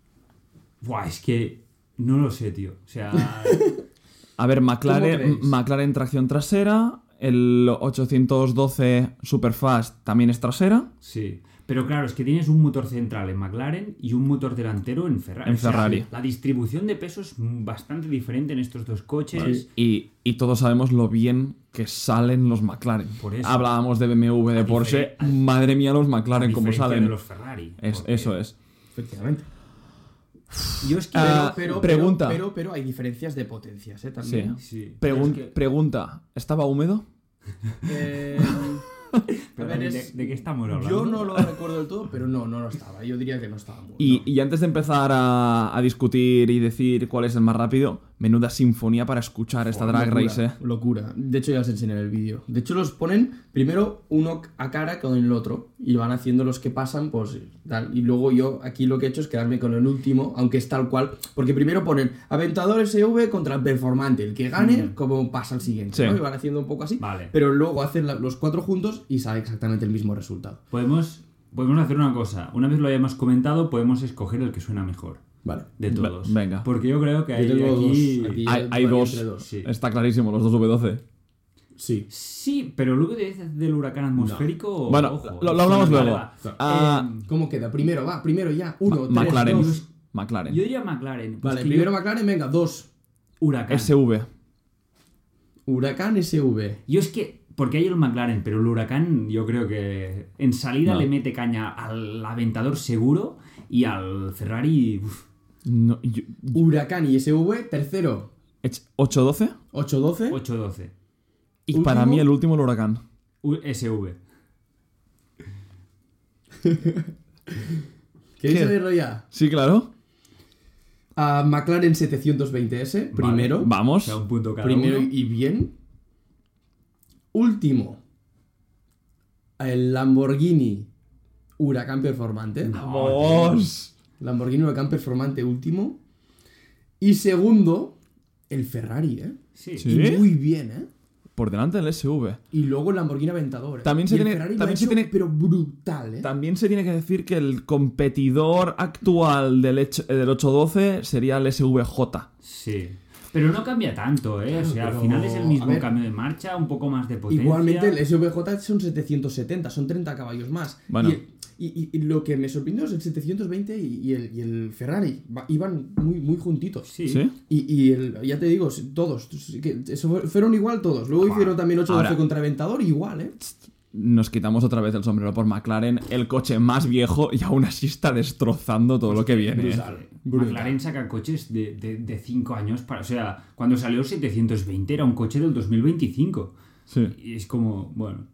buah, es que no lo sé, tío. O sea, A ver, creéis? McLaren, McLaren tracción trasera. El 812 Superfast también es trasera. sí. Pero claro, es que tienes un motor central en McLaren y un motor delantero en Ferrari. En O sea, Ferrari. la distribución de peso es bastante diferente en estos dos coches. Y, y todos sabemos lo bien que salen los McLaren. Por eso. Hablábamos de BMW, de A Porsche. diferen- Madre mía, los a McLaren, cómo diferencia salen. de los Ferrari. Es- porque- eso es. Efectivamente. Yo es que Ah, pregunta. Pero, pero, pero hay diferencias de potencias, ¿eh? Sí. También. Sí. Pregun- Es que- Pregunta: ¿estaba húmedo? Eh, Pero a ver, ¿de- es- de qué estamos Yo hablando? no lo recuerdo del todo, pero no, no lo estaba. Yo diría que no estaba muy. Y, y antes de empezar a, a discutir y decir cuál es el más rápido, menuda sinfonía para escuchar esta Drag locura, Race, eh. Locura. De hecho, ya os enseñaré el vídeo. De hecho, los ponen primero uno a cara con el otro. Y van haciendo los que pasan, pues tal. Y luego yo aquí lo que he hecho es quedarme con el último, aunque es tal cual. Porque primero ponen Aventador SV contra Performante. El que gane, como pasa al siguiente. Mm. Sí. ¿no? Y van haciendo un poco así. Vale. Pero luego hacen la- los cuatro juntos y sale exactamente el mismo resultado. Podemos, podemos hacer una cosa. Una vez lo hayamos comentado, podemos escoger el que suena mejor Vale. de todos. Ve- venga. Porque yo creo que Yo hay tengo aquí... dos aquí. Y Hay, el hay varía dos. entre dos, sí. Está clarísimo, los dos V12. Sí. Sí, pero luego te dices del huracán atmosférico. Bueno, ojo, lo, lo hablamos no me luego. va. Ah, Mm. ¿Cómo queda? Primero, va, primero ya. Uno, Ma- Eh, tres, McLaren. dos. McLaren. Yo diría McLaren. pues Vale, que primero yo- McLaren, venga, dos. huracán. SV. Huracán SV. Yo es que. Porque hay el McLaren, pero el huracán yo creo que en salida No. le mete caña al aventador seguro y al Ferrari... uf, No, yo- Huracán y SV, tercero, Ech- 8-12. 8-12. 8-12. Y Último. para mí el último el huracán. U- SV. ¿Queréis ¿Qué? saberlo ya? Sí, claro. A McLaren 720S, primero. O Vamos. sea, un punto cada primero uno. y bien. Último, el Lamborghini Huracán Performante. Vamos. Lamborghini Huracán Performante último. Y segundo, el Ferrari, ¿eh? Sí. Sí. Y muy bien, ¿eh? Por delante el SV. Y luego el Lamborghini Aventador. ¿eh? También se Y el tiene- Ferrari lo también ha se hecho, tiene- Pero brutal, ¿eh? También se tiene que decir que el competidor actual del, ech- del 812 sería el SVJ. Sí. Pero no cambia tanto, ¿eh? o sea, al pero- final es el mismo a ver. cambio de marcha, un poco más de potencia. Igualmente el SVJ son 770, son 30 caballos más. Bueno. Y, y- y lo que me sorprendió es el 720 y, y el, y el Ferrari. va- iban muy, muy juntitos. Sí. ¿Sí? Y, y el- ya te digo, todos. que eso fue- fueron igual todos. Luego Joder. hicieron también 8-12 Ahora. contra Aventador, igual, ¿eh? Nos quitamos otra vez el sombrero por McLaren, el coche más viejo y aún así está destrozando todo lo que viene. ¿eh? Brutal, brutal. McLaren saca coches de 5 años para. O sea, cuando salió el 720 era un coche del 2025. Sí. Y es como, bueno.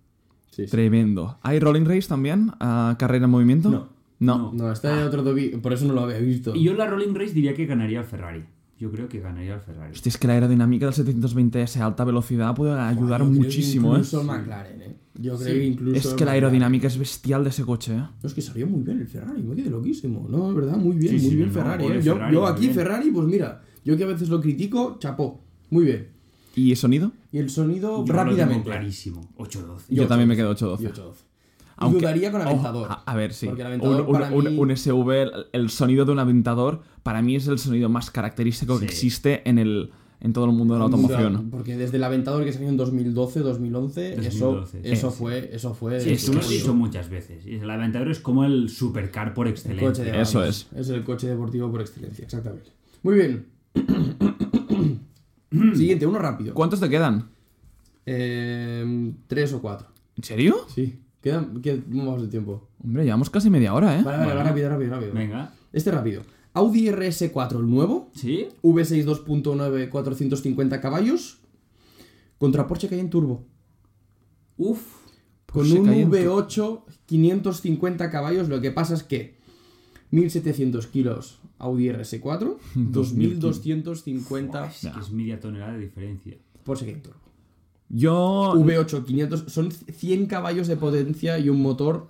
Tremendo. ¿Hay Rolling Race también? ¿A carrera en movimiento? No. No. No, está en otro dobi, por eso no lo había visto. Y yo en la Rolling Race diría que ganaría el Ferrari. Yo creo que ganaría el Ferrari. Hostia, es que la aerodinámica del 720S a alta velocidad puede ayudar Yo creo que muchísimo, ¿eh? Incluso McLaren, ¿eh? Yo creo que incluso. Es que la McLaren. aerodinámica es bestial de ese coche, ¿eh? No, es que salió muy bien el Ferrari, me quedé loquísimo. No, es verdad, muy bien, Sí, muy sí, bien no, Ferrari. pobre ¿eh? Yo, Ferrari, yo muy aquí bien. Ferrari, pues mira, yo que a veces lo critico, chapó. Muy bien. ¿Y sonido? Y el sonido Yo Lo tengo rápidamente. clarísimo. 8-12. Yo, Yo también me 8-12. quedo 812. Yo 8-12. Y dudaría con ojo, Aventador. a, a ver, sí. Porque el Aventador un, un- para un- mí- un SV, el, el sonido de un Aventador, para mí es el sonido más característico que Sí. existe en, el, en todo el mundo de la automoción. Porque desde el Aventador que salió en 2012, 2011, eso, 2012, sí. eso fue, eso fue. Sí, esto el lo he dicho muchas veces. El Aventador es como el supercar por coche excelencia. de Eso vamos, Es el coche deportivo por excelencia, exactamente. Muy bien. Siguiente, uno rápido. ¿Cuántos te quedan? Eh, tres o cuatro. ¿En serio? Sí. Quedan, quedan vamos de tiempo. Hombre, llevamos casi media hora, ¿eh? Vale, vale, Bueno. vale, rápido, rápido, rápido. Venga. Este rápido. Audi RS4, el nuevo. ¿Sí? V6 2.9, 450 caballos. Contra Porsche Cayenne Turbo. Uf. Con Porsche un Cayenne V8, 550 caballos. Lo que pasa es que 1700 kilos Audi RS4, 2250 Sí que es media tonelada de diferencia. Porsche Cayenne Turbo. Yo... Oh. V8, 500, son 100 caballos de potencia y un motor.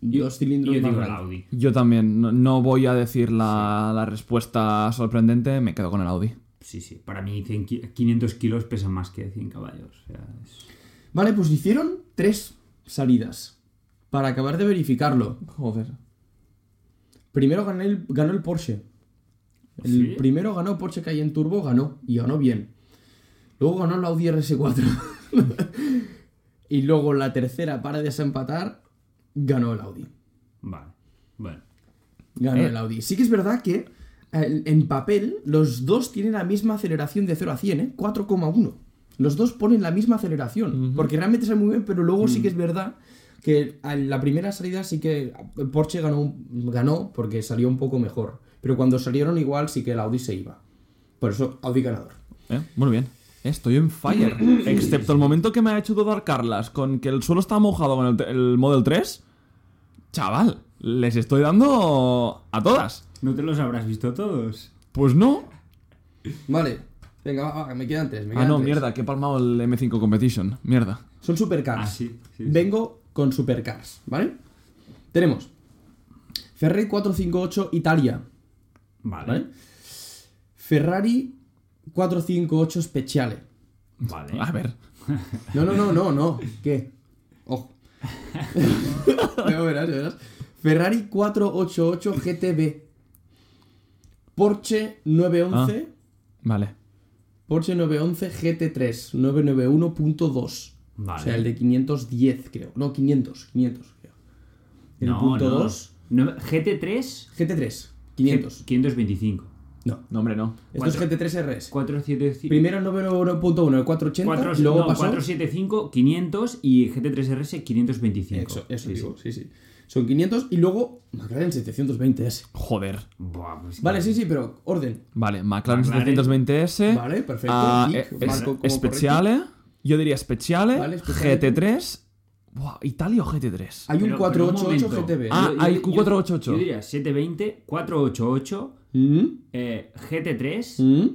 Dos Yo cilindros digo más el grande. Audi. Yo también, no, no voy a decir la, la respuesta sorprendente, me quedo con el Audi. Sí, sí. Para mí 100 ki- 500 kilos pesan más que 100 caballos. O sea, es- Vale, pues hicieron tres salidas. para acabar de verificarlo. Joder. Primero ganó el, ganó el Porsche. El ¿Ah, ¿Sí? primero ganó Porsche Cayenne Turbo, ganó y ganó bien. Luego ganó el Audi RS4. y luego la tercera para desempatar, ganó el Audi. Vale. Bueno. Ganó Eh. el Audi. Sí que es verdad que eh, en papel los dos tienen la misma aceleración de 0 a 100, ¿eh? 4,1. Los dos ponen la misma aceleración, porque realmente sale muy bien, pero luego Mm. sí que es verdad que en la primera salida sí que Porsche ganó, un- ganó porque salió un poco mejor, pero cuando salieron igual sí que el Audi se iba. Por eso Audi ganador. Eh, Muy bien. Estoy en fire. Excepto el momento que me ha hecho dudar Carlas con que el suelo está mojado con el, t- el Model 3. Chaval, les estoy dando a todas. ¿No te los habrás visto todos? Pues no. Vale, venga, va, va, me quedan tres. me Ah, quedan no, tres. mierda, que he palmado el M5 Competition. Mierda. Son supercars. Ah, sí, sí, sí. Vengo con supercars, ¿vale? Tenemos Ferrari 458 Italia, Vale. ¿vale? Ferrari 458 Speciale. Vale. Ah, A ver. No, no, no, no, no. ¿Qué? Ojo. Ya verás, ya verás. Ferrari 488 GTB. Porsche 911. Ah. Vale. Porsche 911 GT3. 991.2. Vale. O sea, el de 510, creo. No, 500. 500, creo. El punto 2. No. No, GT3. GT3. 500. 525. No. No, hombre, no. Esto es GT3 RS. 475. Primero el 991.1, el 480. Cuatro- y luego no, pasó. 475, 500 y GT3RS 525. Eso, eso Sí, digo, sí, sí. Son 500 y luego McLaren 720S. Joder. Buah, pues Vale, que- sí, sí, pero orden. Vale, McLaren McLaren. Eh, 720S. Vale, perfecto. Ah, Vic, es- marco como Speciale. Yo diría Speciale. Vale, Speciale. GT3. Buah, Italia o GT3. Hay un Pero- pero un 488 momento. GTB. Ah, hay Yo, Q488. diría 720, 488, Mm, eh, GT3, mm,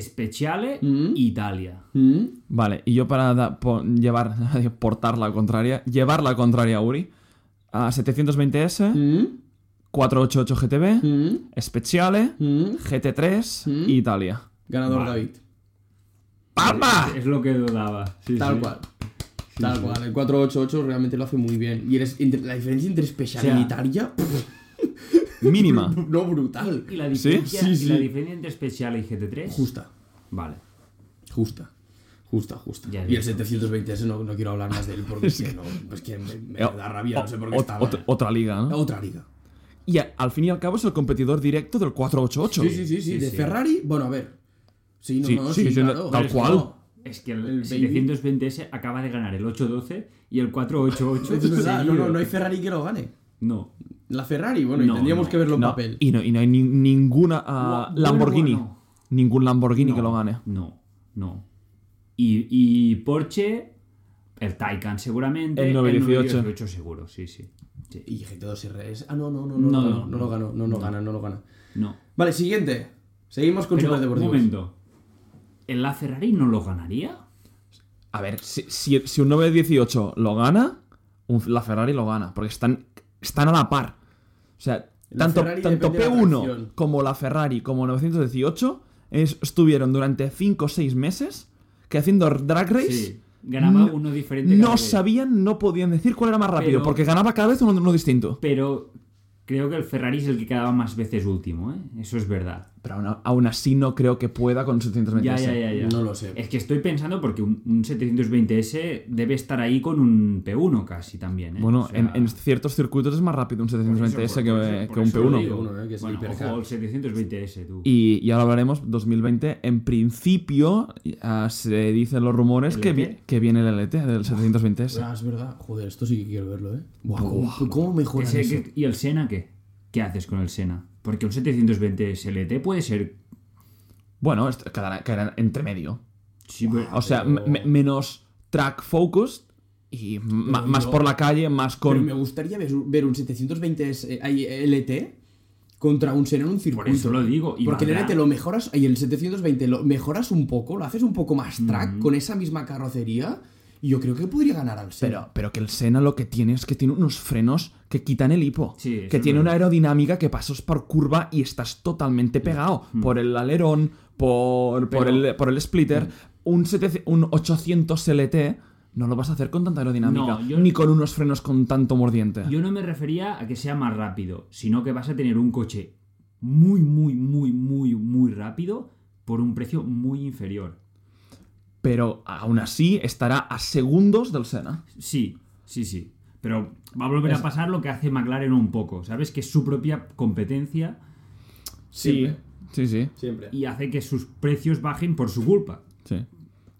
Speciale, Mm. Italia. mm. Vale, y yo para da- po- llevar, portar la contraria, llevar la contraria a Uri, a 720S, Mm, 488 GTB, mm, Speciale, mm. GT3 Mm. y Italia. Ganador Vale. David. ¡Palma! Es, es lo que dudaba. Sí, Tal sí. cual. Sí, Tal sí. cual. El 488 realmente lo hace muy bien. Y eres, entre- la diferencia entre Special O sea, y Italia, pff, Mínima. no brutal. ¿Y la diferencia, Sí, y sí. la diferencia entre Speciale y GT3? Justa, Vale. justa. Justa, justa. Ya y el ves. 720S no, no quiero hablar más de él porque es que, no, es que me, Eh, me da rabia, no sé por qué Ot- estaba. eh. ot- otra liga, ¿no? Otra liga. Y a- al fin y al cabo es el competidor directo del 488. Sí, sí, sí, sí. sí, de sí. Ferrari, bueno, a ver. Sí, no, Sí, no, sí, sí, sí, claro. tal Es cual. como- Es que el, El 720S acaba de ganar el 812 y el 488. Es verdad, no, no, seguido. no hay Ferrari que lo gane. No. La Ferrari, bueno, y No, tendríamos no, que verlo en No, papel. y, no, y no hay ni- ninguna ah, Bueno, Lamborghini. bueno. Ningún Lamborghini No, que lo gane. No, no. Y, y Porsche, el Taycan seguramente. El 918. seguro, sí, sí. Sí. Y GT2 RS. Ah, no, no, no, no, No, no, no, no, lo gano, no, lo gana, no lo gana. No. Vale, siguiente. Seguimos con Pero, super un deportivos. momento. ¿El la Ferrari no lo ganaría? A ver, si, si- si un 918 lo gana, un- la Ferrari lo gana, porque están, están a la par. O sea, La tanto, Ferrari tanto depende de la P1 tracción. como la Ferrari como 918 es- estuvieron durante 5 o 6 meses que haciendo drag race Sí. Ganaba no- uno diferente. cada no vez. sabían, no podían decir cuál era más rápido, Pero- porque ganaba cada vez uno, uno distinto. Pero creo que el Ferrari es el que quedaba más veces último, ¿eh? Eso es verdad. Pero aún, aún así no creo que pueda con 720. Ya, ya, ya, ya. No lo sé. Es que estoy pensando porque un, un 720S debe estar ahí con un P1 casi también, ¿eh? Bueno, O sea, en, en ciertos circuitos es más rápido un 720S por- que, por eso- por que un eso lo P1. digo. P1, ¿eh? que es Bueno, hipercar. ojo, el 720S, tú. Y, y ahora hablaremos 2020. En principio, ah, se dicen los rumores que, vi- LT. que viene el LT del 720S. E Ah, es verdad. Joder, esto sí que quiero verlo, ¿eh? Buah, ¿cómo, cómo Que mejoran se- eso? que- ¿Y el Sena qué? ¿Qué haces con el Sena? Porque un 720S LT puede ser... Bueno, esto quedará, quedará entre medio. Sí, pero- O sea, pero- me- menos track focus y ma- Pero más yo- por la calle, más Pero con. me gustaría ver, ver un 720 S, eh, ahí, LT contra un Sena en un circuito. Por eso lo digo. y Porque el valdrá- LT lo mejoras y el 720 lo mejoras un poco, lo haces un poco más track con esa misma carrocería. Y yo creo que podría ganar al Sena. Pero, pero que el Sena lo que tiene es que tiene unos frenos que quitan el hipo. Sí, eso que es tiene una verdad. aerodinámica que pasas por curva y estás totalmente pegado. Mm. Por el Mm. alerón, por, por, el, por el splitter. Un, 700 un 800 LT no lo vas a hacer con tanta aerodinámica, No, yo- ni con unos frenos con tanto mordiente. Yo no me refería a que sea más rápido, sino que vas a tener un coche muy, muy, muy, muy, muy rápido por un precio muy inferior. Pero aún así estará a segundos del Senna. Sí, sí, sí. Pero va a volver a pasar lo que hace McLaren un poco, ¿sabes? Que es su propia competencia Sí, sí, sí. Siempre. y hace que sus precios bajen por su culpa. sí.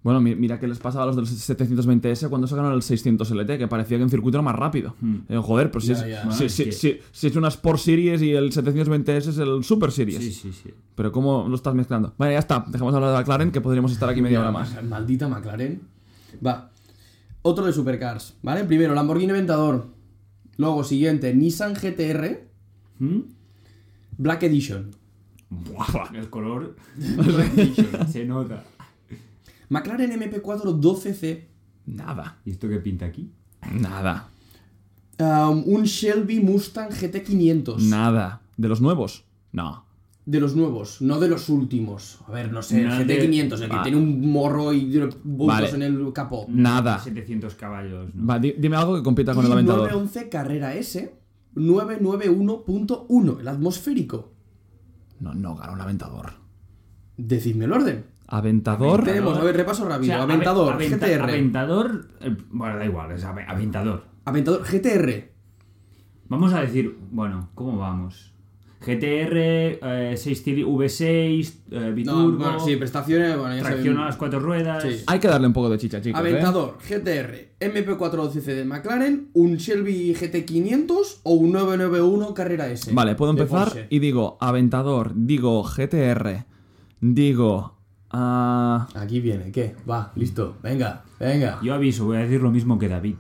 Bueno, mi- mira que les pasaba a los del 720S cuando sacaron el 600 LT, que parecía que en circuito era más rápido. Eh, joder, pero si, Hmm. Ya, es, ya. Si, Ah, si- es que- si- si es una Sport Series y el 720S es el Super Series. Sí, sí, sí. Pero ¿cómo lo estás mezclando? Vale, ya está. Dejamos hablar de McLaren, que podríamos estar aquí media hora más. Maldita McLaren. Va. Otro de supercars, ¿vale? Primero, Lamborghini Aventador. Luego, siguiente, Nissan GTR ¿Mm? Black Edition. Buah, el color se nota. McLaren MP4 12C. Nada. ¿Y esto qué pinta aquí? Nada. um, un Shelby Mustang GT500. Nada. ¿De los nuevos? No. De los nuevos, no de los últimos. A ver, no sé, el No de- GT500, el que Va. tiene un morro y bultos Ah. Vale. en el capó. Nada. 700 caballos. ¿no? Va, di- dime algo que compita con Y el Aventador. 911 Carrera S 991.1, el atmosférico. No, no, gana un Aventador. Decidme el orden. Aventador. Aventador. Tenemos, a ver, repaso O rápido. sea, Aventador, aven- aventa- GTR. Aventador. eh, Bueno, da igual, es ave- Aventador. Aventador GTR. Vamos a decir, bueno, ¿cómo vamos? GTR, eh, 6 cilí- V6, eh, biturbo, prestaciones, bueno, tracción a las cuatro ruedas. Sí. Hay que darle un poco de chicha, chicos. ¿eh? Aventador, GTR, MP4 CC de McLaren, un Shelby GT500 o un 991 Carrera S. Vale, puedo de empezar Porsche. y digo Aventador, digo GTR, digo. ah, Aquí viene, ¿qué? Va, listo, venga, venga. Yo aviso, voy a decir lo mismo que David.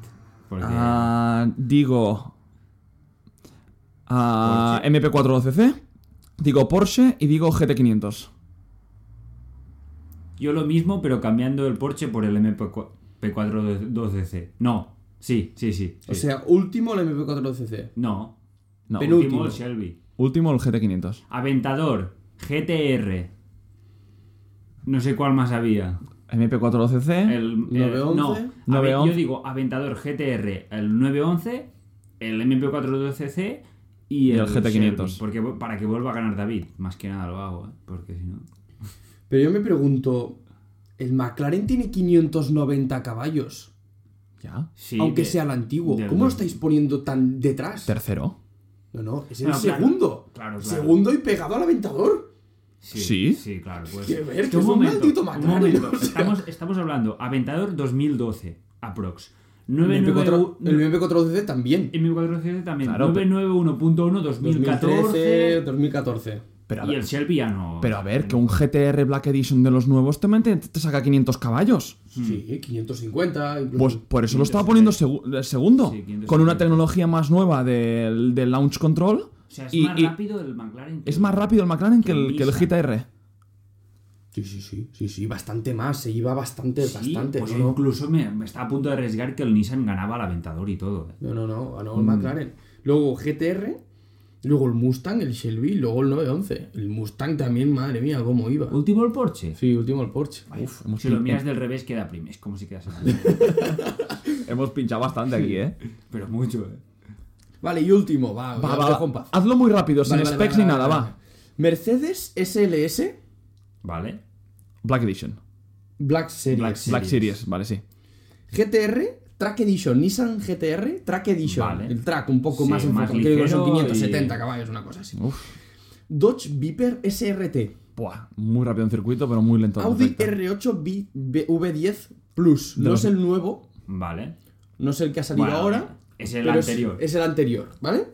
Porque ah, digo. ah, MP412C, digo Porsche y digo GT500. yo lo mismo, pero cambiando el Porsche por el MP412C. No, sí, sí, sí. O sí. sea, último el MP4 CC. no. No, Penúltimo. Último el Shelby. último el GT500. Aventador, GTR. No sé cuál más había. MP412C. El, el- 911. no, a ver, 911. yo digo Aventador GTR, el 911, el MP412C y Y el, el GT500. Shelby, porque vu- para que vuelva a ganar David, más que nada lo hago, ¿eh? porque si no. Pero yo me pregunto, el McLaren tiene 590 caballos, Ya. Sí, aunque de- sea el antiguo. del- ¿Cómo lo estáis poniendo tan detrás? Tercero. No, no, es el No, Ah, claro, segundo. claro, claro. Segundo y pegado al aventador. Sí, Sí. sí, claro. Pues, Que ver, Es que es un maldito McLaren, o sea. estamos, estamos hablando Aventador 2012, aprox. El MP4, 991 el MP412 también. MP412 también, Claro, pero- 991.1 2014 2014. Pero a y ver, el Shelby ya no. pero a ver, que un GTR Black Edition de los nuevos te, mete- te saca 500 caballos. Hmm. Sí, 550. incluso. Pues por eso lo estaba poniendo segu- eh, segundo. Sí, 500. con una tecnología más nueva del, del Launch Control. O sea, es y- más y rápido el McLaren. que- es más rápido el McLaren que que el, que el Nissan. GTR. Sí, sí, sí, sí, sí, bastante más, se iba bastante, Sí, bastante. pues no, yo no. incluso me, me estaba a punto de arriesgar que el Nissan ganaba al Aventador y todo. ¿eh? No, no, no, ganó el McLaren. Luego GTR, luego el Mustang, el Shelby, luego el 911. El Mustang también, madre mía, cómo iba. Último el Porsche. Sí, último el Porsche. Uf, hemos, Si lo pin- miras del revés queda prim, es como si quedas hemos pinchado bastante aquí, ¿eh? Pero mucho, ¿eh? Vale, y último, va, Va, os va, dejo en paz. hazlo muy rápido, sin Vale, vale, specs vale, ni vale, nada, vale. va. Mercedes SLS Vale. Black Edition. Black Series. Black Series. Black Series, vale, sí. GTR, Track Edition, Nissan GTR, Track Edition. Vale. El track un poco Sí, más más enfocado, creo que son ligero 570 y- caballos, una cosa así. Uf. Dodge Viper SRT. Buah, muy rápido en circuito, pero muy lento. en Audi recta. R8 B- B- V10 Plus. De No los- es el nuevo, Vale. no es el que ha salido Bueno, ahora. es el pero anterior. Es, el anterior, ¿vale?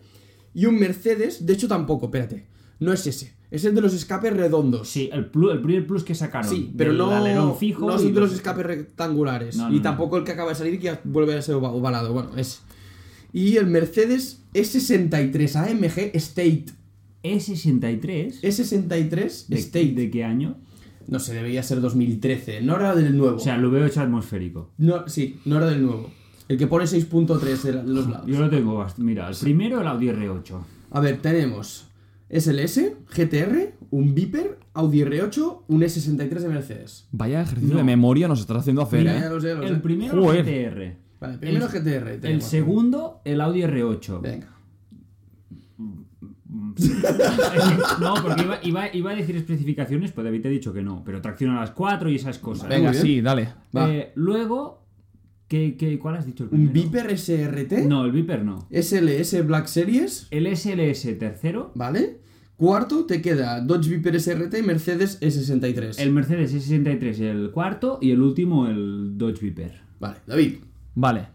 Y un Mercedes, de hecho tampoco, espérate. No es ese. Es el de los escapes redondos. Sí, el, plu- el primer plus que sacaron. Sí, pero del no, alerón fijo no es y el de los escapes rectangulares. No, no, y no. tampoco el que acaba de salir que ya vuelve a ser ova- ovalado. Bueno, es. Y el Mercedes E E63 AMG State. E E E63. E63 ¿De, State. ¿De qué año? No sé, debía ser 2013. No era del nuevo. O sea, lo veo hecho atmosférico. No, sí, no era del nuevo. El que pone 6.3 de la- de los lados. Yo lo tengo bast- Mira, el primero el Audi R8. A ver, tenemos SLS, GTR, un Viper, Audi R8, un E E63 de Mercedes. Vaya ejercicio No. de memoria nos estás haciendo hacer, Mira, ¿eh? ya lo sé, lo sé. El primero Joder. GTR. Vale, primero el- GTR. El tenemos. segundo, el Audi R8. Venga. no, porque iba, iba- iba a decir especificaciones, pero David te ha dicho que no. Pero tracción a las 4 y esas cosas. Venga, Uy, sí, dale. va. Eh, luego, ¿qué, qué, cuál has dicho? el Un primero? Viper SRT, No, el Viper no. SLS Black Series, El SLS tercero, ¿vale? Cuarto te queda Dodge Viper SRT y Mercedes E63. el Mercedes E63 el cuarto y el último el Dodge Viper. Vale, David. Vale.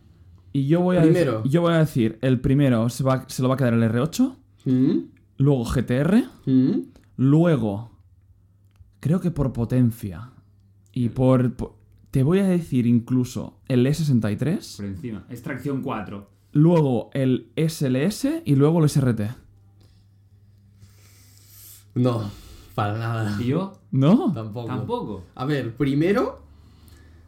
Y yo voy a, Primero. dec- yo voy a decir, el primero se, va- se lo va a quedar el R8, ¿Mm? luego GTR, ¿Mm? luego, creo que por potencia y por... por- te voy a decir incluso el E Por E63, encima. Es tracción 4. luego el SLS y luego el SRT. No, para nada. ¿Y yo? ¿No? Tampoco. Tampoco. A ver, primero,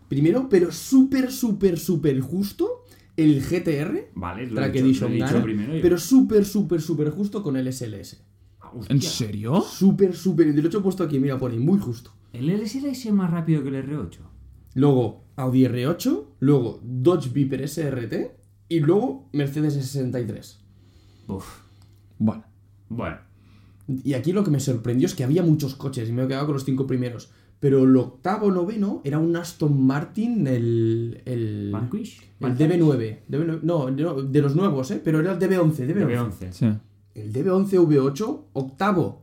primero, pero súper, súper, súper justo, el GTR. Vale, lo he Track dicho, Edition lo he dicho Nana, primero yo. pero súper, súper, súper justo con el SLS. Ah, hostia. ¿En serio? Súper, súper. El del 8 puesto aquí, mira, pone muy justo. ¿El SLS es más rápido que el R8? Luego Audi R8, luego Dodge Viper SRT y luego Mercedes S63. Uf. Bueno. Bueno. Y aquí lo que me sorprendió es que había muchos coches y me he quedado con los cinco primeros. Pero el octavo noveno era un Aston Martin, el. el Vanquish. El Vanquish. DB9, DB9, no, no, de los nuevos, ¿eh? pero era el DB11, DB11. DB11. Sí. El DB11 V8, octavo.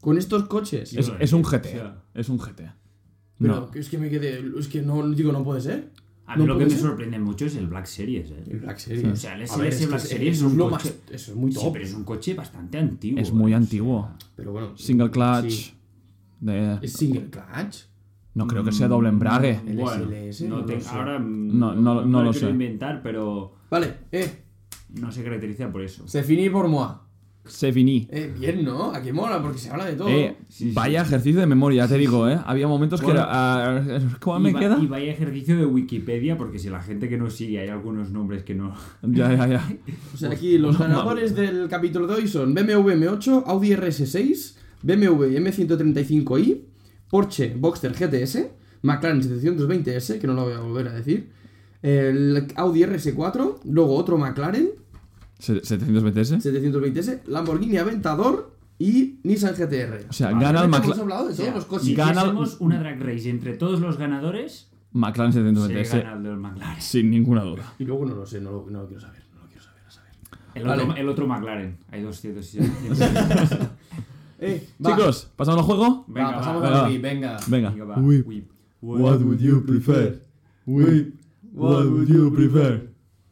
Con estos coches. Sí. Es, lo Uh, es un decía, GT. o sea. Es un GT. Pero No. es que me quedé. Es que no digo, no puede ser. A mí No lo que me puede ser. sorprende mucho es el Black Series, ¿eh? El Black Series. O sea, el A ver, SLS es que Black es- Series es eso un lo coche. más- Eso es muy Sí, top. pero es un coche bastante antiguo. Es muy ¿eh? antiguo. Pero bueno. Single clutch. sí. de- ¿Es single clutch? No Mm. creo que sea doble embrague. El Bueno, SLS, no no te- lo sé. ahora mm, No, no- no me lo quiero sé. inventar, pero Vale, eh. no se caracteriza por eso. Se finí por moi. Se finí. Eh, bien, ¿no? Aquí mola porque se habla de todo. Eh, Sí, sí. vaya ejercicio de memoria, ya te digo, ¿eh? Había momentos Bueno. que era... ah, ¿Cuál y me va- queda? Y vaya ejercicio de Wikipedia, porque si la gente que nos sigue hay algunos nombres que no. Ya, ya, ya. O sea, pues, aquí los ganadores del capítulo de hoy son BMW M8, Audi RS6, BMW M135i, Porsche Boxster GTS, McLaren 720S, que no lo voy a volver a decir, el Audi RS4, luego otro McLaren Se- 720S. 720S, Lamborghini Aventador y Nissan GTR. O sea, Vale, gana el Hemos Macla- hablado Pues de todos los si coches. Ga- Gana- hiciésemos una drag race entre todos los ganadores, McLaren se 720S. gana el del McLaren. eh, Sin ninguna duda. Y luego no lo sé, no lo, no lo quiero saber, no lo quiero saber, a saber. El, Vale. otro, el otro McLaren. Hay 260. Eh, va, Chicos, ¿pasamos al juego? va, pasamos va. al Wii, venga. Venga. Venga, va. Uy, Whip. What would you prefer? Whip. What would you prefer?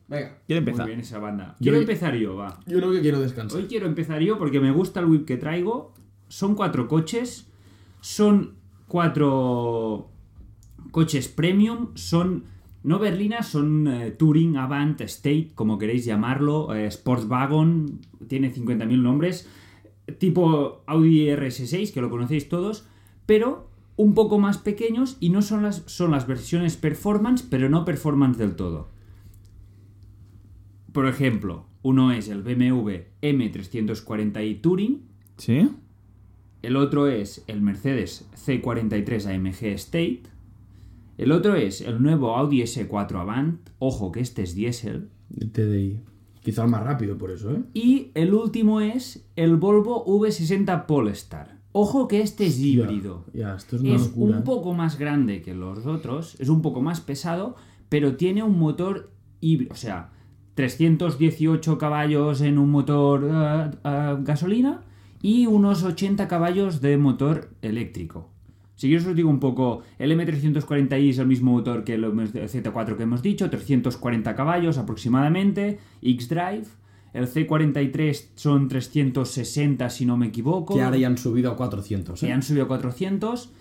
Venga, ¿Quién Muy empieza? bien esa banda. Quiero Yo- empezar yo, va. yo creo que quiero descansar. Hoy quiero empezar yo porque me gusta el whip que traigo. Son cuatro coches. Son cuatro coches premium. Son no berlinas, son eh, Touring, Avant, State, como queréis llamarlo. eh, Sportwagon, tiene 50.000 nombres. Tipo Audi RS6, que lo conocéis todos. Pero un poco más pequeños y no son las, son las versiones performance, pero no performance del todo. Por ejemplo, uno es el BMW M340i Touring, ¿Sí? el otro es el Mercedes C43 AMG State, el otro es el nuevo Audi S4 Avant, ojo que este es diésel, TDI. Quizá más rápido por eso, ¿eh? y el último es el Volvo V60 Polestar. Ojo que este es híbrido. Ya, esto es una Es locura. un poco más grande que los otros, es un poco más pesado, pero tiene un motor híbrido, o sea, 318 caballos en un motor ah, ah, gasolina y unos 80 caballos de motor eléctrico. Si yo os digo un poco, el M340i es el mismo motor que el Z4 que hemos dicho, 340 caballos aproximadamente, X-Drive, el C43 son 360 si no me equivoco Que ahora ya han subido a 400, ¿eh? que han subido a 400,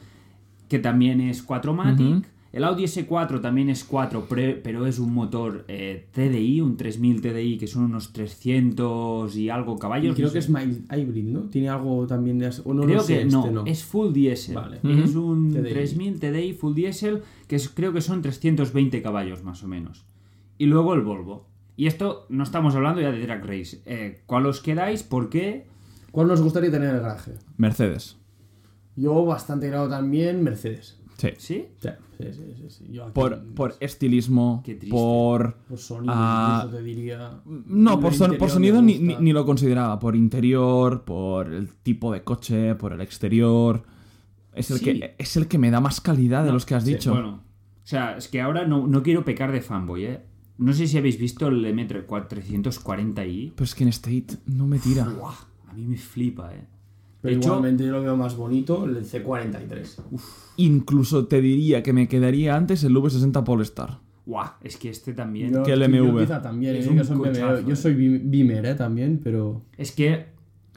que también es 4MATIC. Ujú. El Audi S4 también es 4, pre- pero es un motor eh, TDI, un 3000 TDI, que son unos 300 y algo Y caballos. creo no que es sé. my- hybrid, ¿no? Tiene algo también de... as- O no Creo lo sé, que este no, es full diesel. Vale. Es Ujú. un TDI. 3000 TDI full diesel, que es- creo que son 320 caballos más o menos. Y luego el Volvo. Y esto no estamos hablando ya de drag race. Eh, ¿Cuál os quedáis? ¿Por qué? ¿Cuál nos gustaría tener en el garaje? Mercedes. Yo bastante grado también, Mercedes. Sí. ¿Sí? Sí, sí, sí. sí. Yo aquí- Por, por estilismo, Qué triste. por... por sonido, Ah. incluso te diría. No, por, El son- por interior sonido me ni, ni- gusta. ni lo consideraba. Por interior, por el tipo de coche, por el exterior. Es el, Sí. que, es el que me da más calidad de los que has Sí, dicho. Bueno, o sea, es que ahora no, no quiero pecar de fanboy, ¿eh? No sé si habéis visto el M340i. Pero es que en State no me tira. ¡Buah! A mí me flipa, ¿eh? Pero de hecho, igualmente yo lo veo más bonito, el C43. Incluso te diría que me quedaría antes el V60 Polestar. ¡buah! Es que este también. Yo- que el yo MV. quizá también, Es eh, un yo soy cochazo, BMR, eh. Yo soy bi- Bimer, eh, también, pero. Es que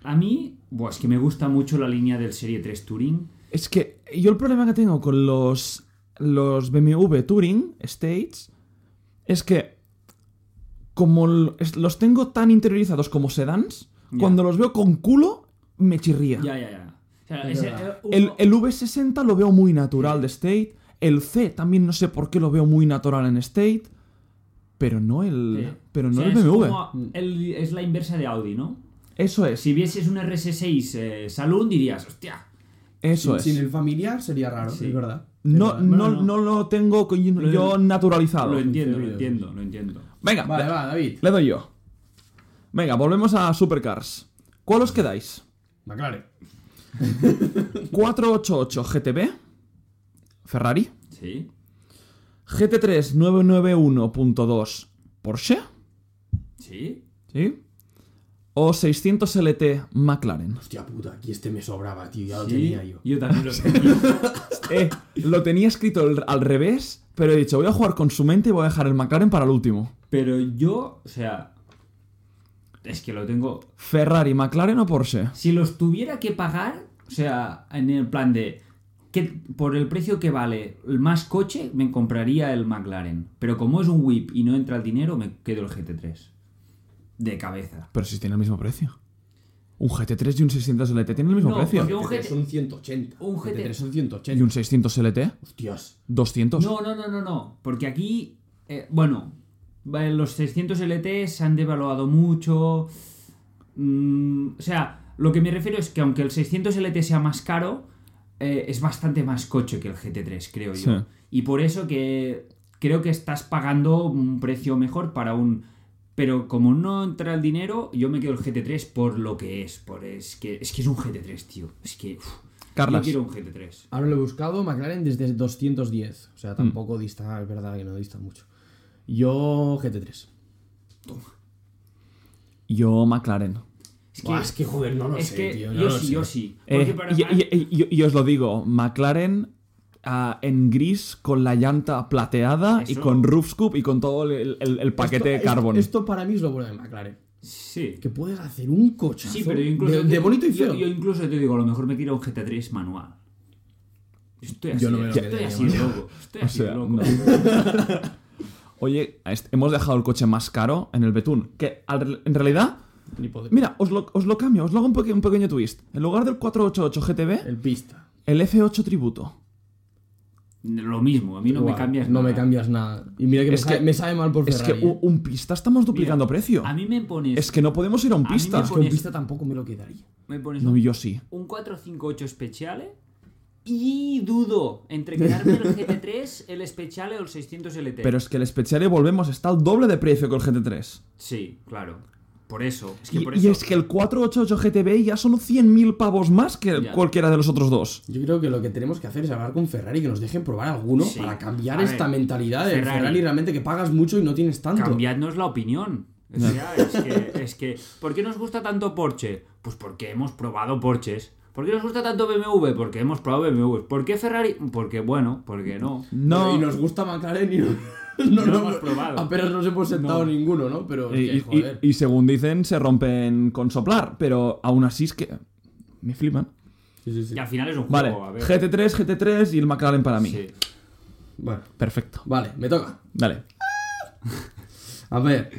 a mí, buah, es que me gusta mucho la línea del Serie 3 Touring. Es que yo el problema que tengo con los, los BMW Touring States es que como l- es- los tengo tan interiorizados como sedans, Ya. cuando los veo con culo me chirría. Ya, ya, ya. O sea, Es ese- verdad. eh, El, el V60 lo veo muy natural de State. El C también no sé por qué lo veo muy natural en State. Pero no el. Sí. Pero eh, o no el sea, es BMW. como el- es la inversa de Audi, ¿no? Eso es. Si vieses un RS6 eh, Saloon dirías, hostia, Eso sin, es. sin el familiar sería raro, Sí. es verdad. Es No, verdad. no, Bueno, no lo tengo co- yo, naturalizado. lo entiendo, lo Interior. entiendo, lo entiendo. Venga, Vale, le, va, David. le doy yo. Venga, volvemos a Supercars. ¿Cuál os quedáis? McLaren. 488 GTB. Ferrari. Sí. GT3 991.2 Porsche. Sí. ¿Sí? O 600 LT McLaren. Hostia puta, aquí este me sobraba, tío, ya lo sí, tenía yo. también lo tenía. Eh, lo tenía escrito al- al revés, pero he dicho, voy a jugar con su mente y voy a dejar el McLaren para el último. Pero yo, o sea, es que lo tengo. Ferrari, McLaren o Porsche. Si los tuviera que pagar, o sea, en el plan de que por el precio que vale el más coche, me compraría el McLaren. Pero como es un whip y no entra el dinero, me quedo el GT3. De cabeza. Pero si tiene el mismo precio. Un GT3 y un 600 LT tienen el mismo No, precio. porque un GT3 GT. son 180. Un GT3. GT3 son Y 180. un 600 LT, Hostias. 200. No, no, no, no, no. Porque aquí, eh, bueno, va- los 600 LT se han devaluado mucho. Mm, o sea, lo que me refiero es que aunque el 600 LT sea más caro, eh, es bastante más coche que el GT3, creo yo. Sí. Y por eso que creo que estás pagando un precio mejor para un... Pero como no entra el dinero, yo me quedo el GT3 por lo que es. Por es, que, es que es un GT3, tío. Es que... uf, Carlas. Yo quiero un GT3. Ahora lo he buscado, McLaren desde 210. O sea, tampoco dista, es verdad que no dista mucho. Yo, GT3. Yo, McLaren. Es Buah, es que, joder, no lo es sé, que tío, no yo lo sí, sé. yo sí. Eh, Porque para y, Mac- y- y- y- y os lo digo, McLaren ah, en gris con la llanta plateada y Eso. con roof scoop y con todo el, el- el paquete de Esto- carbón. Esto, para mí es lo bueno de McLaren. sí. Que puedes hacer un cochazo Sí, pero yo incluso. de, de bonito y yo- feo. Yo, incluso te digo, a lo mejor me tira un GT3 manual. Estoy así, eh, Yo no me lo estoy quedaría así de manual. loco. Estoy así de sea, loco. no. Oye, est- hemos dejado el coche más caro en el Betún. Que al- en realidad, Ni poder- mira, os lo, os lo cambio, os lo hago un, peque- un pequeño twist. En lugar del 488 GTB, El pista. el F8 tributo. Lo mismo, a mí no Igual, me cambias No nada. me cambias nada. Y mira que, Es me, que- sabe, me sabe mal por Es Ferrari. que u- eh. un pista estamos duplicando precio. A mí me pones. Es que no podemos ir a un a mí pista. me Que un pones- pista tampoco me lo quedaría. Me pones No, un, yo sí. un 458 Speciale. Y dudo entre quedarme el GT3, el Speciale o el 600 LT. Pero es que el Speciale, volvemos, está al doble de precio que el GT3. Sí, claro. Por eso. Es que Y, por y eso. es que el 488 GTB ya son 100.000 pavos más que Ya. cualquiera de los otros dos. Yo creo que lo que tenemos que hacer es hablar con Ferrari que nos dejen probar alguno Sí. para cambiar A ver, esta mentalidad de Ferrari. Ferrari. realmente que pagas mucho y no tienes tanto. Cambiadnos la opinión. O sea, es que, es que- ¿Por qué nos gusta tanto Porsche? Pues porque hemos probado Porsches. ¿Por qué nos gusta tanto BMW? Porque hemos probado BMWs. ¿Por qué Ferrari? Porque bueno, porque no. No. Y nos gusta McLaren y no, no lo lo hemos probado. Apenas nos hemos sentado ninguno, ¿no? Pero es que, Y, y- joder. y según dicen, se rompen con soplar, pero aún así es que. Me flipan. Sí, sí, sí. Y al final es un Vale, juego. A ver. GT3, GT3 y el McLaren para mí. Sí. Bueno, Perfecto. vale, me toca. Dale. A ver.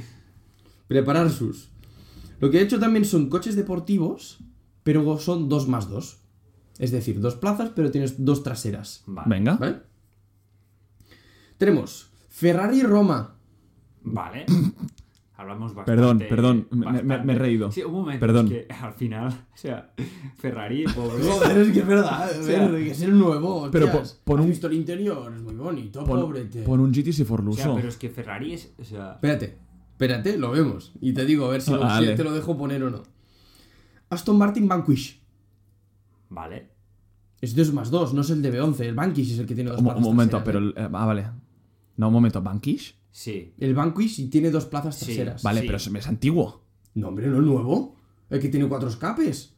Preparar sus. Lo que he hecho también son coches deportivos, pero son dos más dos. Es decir, dos plazas, pero tienes dos traseras. Vale. Venga. ¿Vale? Tenemos Ferrari Roma. Vale. A hablamos bastante. Perdón, perdón, me- me- bastante. me he reído. Sí, un momento. Perdón. es que al final, o sea, Ferrari, pobre. Joder, es que es verdad, a sea, ver, que es el nuevo. pero hostias. pon- pon ¿Has un- visto el interior, es muy bonito, Pon, pobrete. pon un GTC for o sea, Luso. pero es que Ferrari es. O sea, Espérate, espérate, lo vemos. Y te digo a ver si, lo, Ah, Vale. si te lo dejo poner o no. Aston Martin Vanquish. vale. Es 2 más 2, no es el DB11. El Vanquish es el que tiene dos un, plazas. un momento, pero. traseras, el- eh, ah, vale. No, un momento, ¿Bankish? Sí. ¿eh? El Vanquish y tiene dos plazas Sí. traseras. Vale, Sí. pero se me es antiguo. No, hombre, no el nuevo. El que tiene cuatro escapes.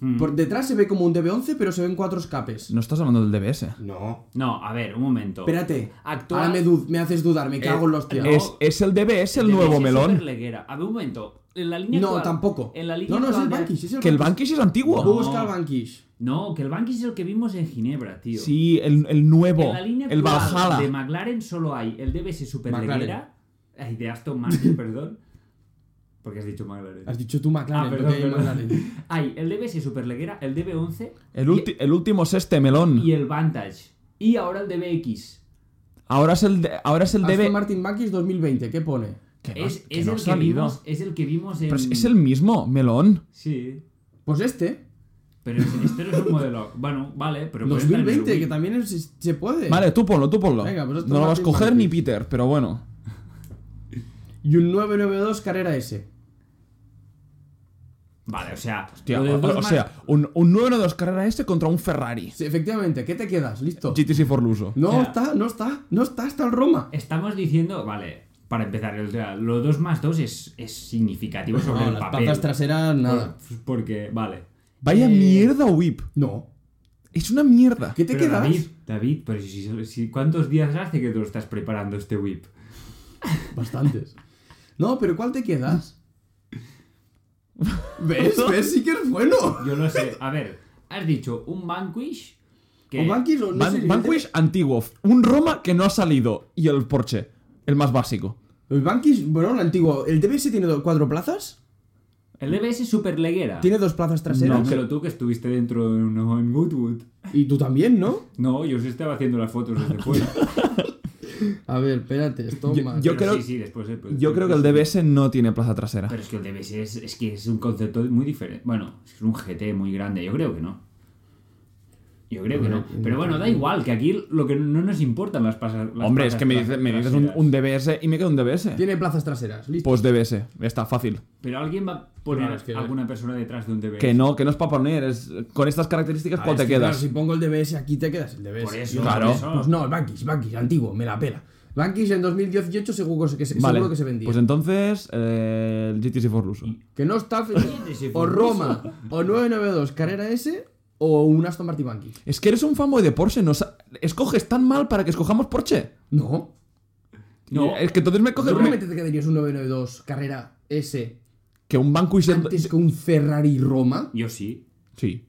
Mm. Por detrás se ve como un DB11, pero se ven cuatro escapes. No estás hablando del DBS. No. No, a ver, un momento. Espérate. Actual- Eh, Ahora me, du- me haces dudar, me cago en los tíos. No. Es, es el DBS el Debe nuevo ser melón. superleguera. A ver, un momento. En la línea No, actual- tampoco. En la línea no, no, es el actual de- Vanquish. Es el Que el Vanquish. Bankish es antiguo. Busca el No. Vanquish. No, que el Bankish es el que vimos en Ginebra, tío. Sí, el, el nuevo. En la línea El actual Valhalla. de McLaren solo hay el DBS McLaren. superleguera. Ay, de Aston Martin, perdón. Porque has dicho McLaren. Has dicho tú McLaren. Ah, ¿no? perdón, Que hay perdón. McLaren. Hay el DBS superleguera, el DB11 El, y- ulti- el último es este melón. y el Vantage. Y ahora el DBX. Ahora es el, de- ahora es el Aston DB. Martin Vanquish 2020, ¿qué pone? Que no- Es, que es no el ha que salido. vimos, es el que vimos en... Pero es, es el mismo, melón. Sí, Pues este, pero es- este no es un modelo... Bueno, vale, pero... puede entrar en el 2020, Wii. que también es- se puede. Vale, tú ponlo, tú ponlo. Venga, pues esto no lo va vas a a coger Tim ni Martin. Peter, pero bueno. Y un 992 Carrera S. Vale, o sea... Hostia, lo del o, dos o más- sea, un, un 9 2 carrera este contra un Ferrari. Sí, efectivamente, ¿qué te quedas? Listo. GTC for Luso. No Ya. está, no está, no está, está el Roma. Estamos diciendo... Vale, para empezar, o sea, lo 2 más 2 es, es significativo sobre No, el las papel. Ah, pues patas traseras, nada. Porque, vale. Eh, Vaya mierda, Whip. No. Es una mierda. ¿Qué te Pero quedas? David, David, pero si, si- si- ¿cuántos días hace que te lo estás preparando este whip? Bastantes. No, pero ¿cuál te quedas? ¿Ves? ¿Ves? Sí que es bueno. Yo lo sé. A ver, has dicho un Vanquish que... O Vanquish o no Van- sé, el Vanquish antiguo. Un Roma que no ha salido. Y el Porsche, el más básico. de- El Vanquish, Pues bueno, el antiguo. ¿El DBS tiene do- cuatro plazas? El DBS Superleguera. ¿Tiene dos plazas No, traseras? ¿eh? pero tú que estuviste dentro de uno en Goodwood. Y tú también, ¿no? No, yo os estaba haciendo las fotos desde fuera. A ver, espérate, esto Yo- más. yo- Pero creo- sí, sí, después, eh, pues, después- Yo creo que el DBS no tiene plaza trasera. Pero es que el DBS es, es que es un concepto muy diferente. Bueno, es un GT muy grande. Yo creo que no. Yo creo que no. Pero bueno, da igual, que aquí lo que no nos importan las pasas. las Hombre, pasas es que me, dice- me dices un, traseras. un DBS y me queda un DBS. Tiene plazas traseras, listo. Pues DBS, está fácil. Pero alguien va a poner Claro, es que- alguna persona detrás de un DBS. Que no, que no es para poner, es con estas características, Pues, ¿cuál Ah, Es te que, claro, quedas? si pongo el DBS aquí, te quedas el DBS. Por eso, Claro. por eso. Pues no, el Bankish, Bankish, antiguo, me la pela. Bankish en 2018 seguro que se, vale, seguro que se vendía. pues entonces eh, el GTC for Luso. Que no está ese o famoso. Roma, o 992 Carrera S, o un Aston Martin Bankish. Es que eres un fanboy de Porsche, no sa- escoges tan mal para que escojamos Porsche. No. No. Es que entonces me coges ¿Tú me- realmente te quedarías un 992 Carrera S que un Vanquish... en- antes que un Ferrari Roma? Yo sí. Sí.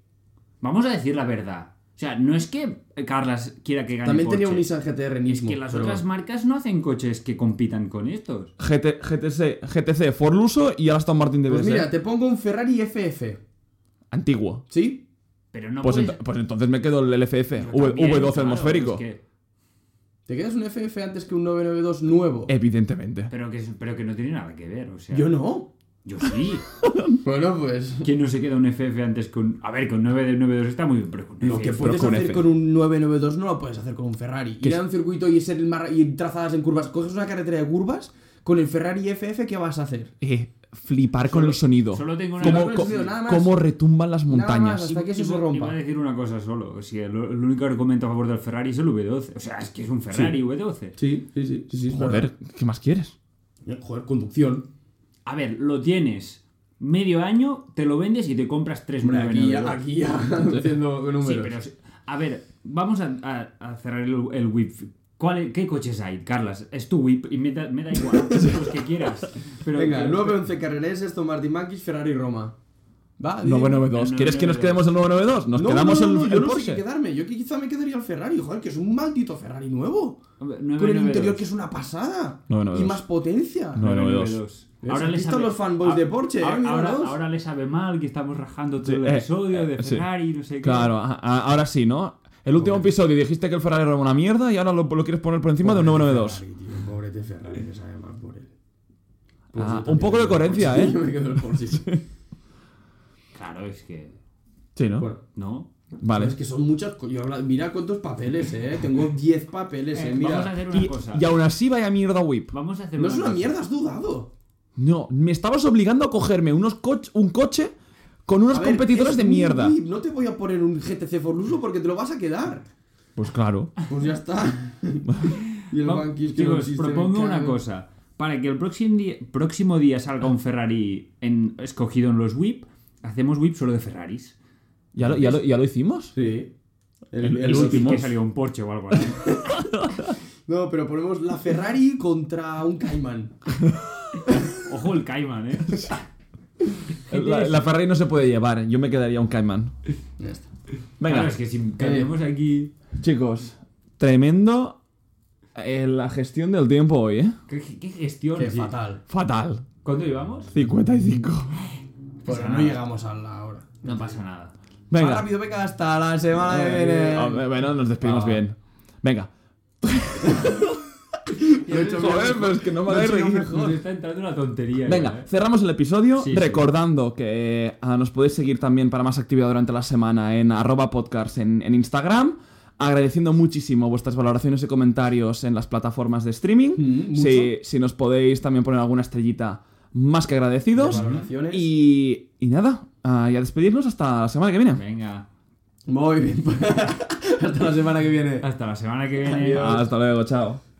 Vamos a decir la verdad. O sea, no es que Carlas quiera que gane También tenía Porsche. un Nissan GTR Es mismo. que las pero otras marcas no hacen coches que compitan con estos. GT, GTC, GTC for Luso y el Aston Martin DBS. Pues mira, te pongo un Ferrari FF, eh, Antiguo. ¿sí? Pero no Pues, puedes... ento- pues entonces me quedo el LFF, Pero V- también, V12 claro, atmosférico. es que- Te quedas un FF antes que un 992 nuevo. Evidentemente. pero, que, pero que no tiene nada que ver, o sea... Yo no. Yo sí. Bueno, pues. ¿Quién no se queda un FF antes con... A ver, con 9 de 92 está muy bien, pero con Lo que FF. puedes con hacer F. con un 992 no lo puedes hacer con un Ferrari. Ir a un circuito y ser el más ra- y trazadas en curvas. Coges una carretera de curvas con el Ferrari FF, ¿qué vas a hacer? Eh, flipar con el sonido. solo tengo una- Cómo- con Flipar el co- sonido, nada más. cómo retumban las Nada más, montañas. hasta que eso Iba- se Iba a rompa. decir una cosa solo. O sea, lo- el único argumento a favor del Ferrari es el V12. O sea, es que es un Ferrari V12. Sí, sí, sí. sí, sí es Joder, ¿qué más quieres? verdad. Joder, conducción. A ver, lo tienes medio año, te lo vendes y te compras tres Hombre, nueve aquí ya, nueve. aquí ya haciendo números. Sí, pero es- a ver, vamos a, a- a cerrar el, el whip. ¿Cuál- ¿Qué coches hay, Carlas? Es tu whip y me da, me da igual los que quieras. Pero, Venga, pero- 911 Carreras, esto Martin Mankis, Ferrari Roma. Va, di- 992. El ¿Quieres que nos 992. quedemos el 992? Nos No, quedamos no, el, no, el yo no sé Porsche. qué quedarme. Yo que quizá me quedaría el Ferrari, joder, que es un maldito Ferrari nuevo. Hombre, Con el 992. interior que es una pasada. No, no, y dos. más potencia. 992. ¿Ves? Aquí le están sabe- los fanboys a- de Porsche, ¿eh? Ahora, ahora, 992. ahora le sabe mal que estamos rajando todo Sí, el eh, episodio eh, de sí. Ferrari, no sé qué. Claro, a- a- ahora sí, ¿no? El último episodio dijiste que el Ferrari era una mierda y ahora lo, lo quieres poner por encima de un 992. Ferrari, tío, pobrete Ferrari, que sabe mal por él. Ah, un poco de coherencia, ¿eh? Yo me quedo en el Porsche. Claro, es que. Sí, ¿no? Bueno, No. vale. Es que son muchas. co- yo habla- mira cuántos papeles, eh. Tengo 10 papeles, eh. Eh, Mira. vamos a hacer una Y, cosa. y aún así vaya mierda whip. Vamos a hacer No es una cosa. mierda, has dudado. No, me estabas obligando a cogerme unos co- un coche con unos A ver, competidores es de un mierda. whip, No te voy a poner un GTC Forluso porque te lo vas a quedar. Pues claro. Pues ya está. y el Va- banqui es que no Chicos, existe, propongo me una cago. cosa. Para que el próximo día, próximo día salga un Ferrari en- escogido en los whip, hacemos whip solo de Ferraris. ¿Ya lo, ya lo- ya lo hicimos? Sí. El, El- el el Y sí último. Que salió un Porsche o algo así. No, pero ponemos la Ferrari contra un Cayman. Ojo el Cayman, ¿eh? La, la Ferrari no se puede llevar. Yo me quedaría un Cayman. Ya está. Venga, Claro, es que si Eh. cambiamos aquí... chicos. Tremendo eh, la gestión del tiempo hoy, ¿eh? ¿Qué, qué gestión? Qué sí. fatal. Fatal. ¿Cuánto llevamos? 55. Pues pasa no nada. llegamos a la hora. No pasa nada. Venga. Va rápido, venga, hasta la semana que Ah, viene. bueno, nos despedimos Ah. bien. Venga. Lo he hecho Joder, bien. pero es que no me Lo he hagáis hecho reír. mejor. Nos pues está entrando una tontería. ya, Venga, ¿eh? cerramos el episodio Sí, sí. recordando que ah, nos podéis seguir también para más actividad durante la semana en arroba podcast en, en Instagram. Agradeciendo muchísimo vuestras valoraciones y comentarios en las plataformas de streaming. Mm, mucho. si, si nos podéis también poner alguna estrellita, más que agradecidos. De valoraciones. Y, y nada, ah, y a despedirnos hasta la semana que viene. Venga. Muy bien. hasta la semana que viene. Hasta la semana que viene. Hasta luego, chao.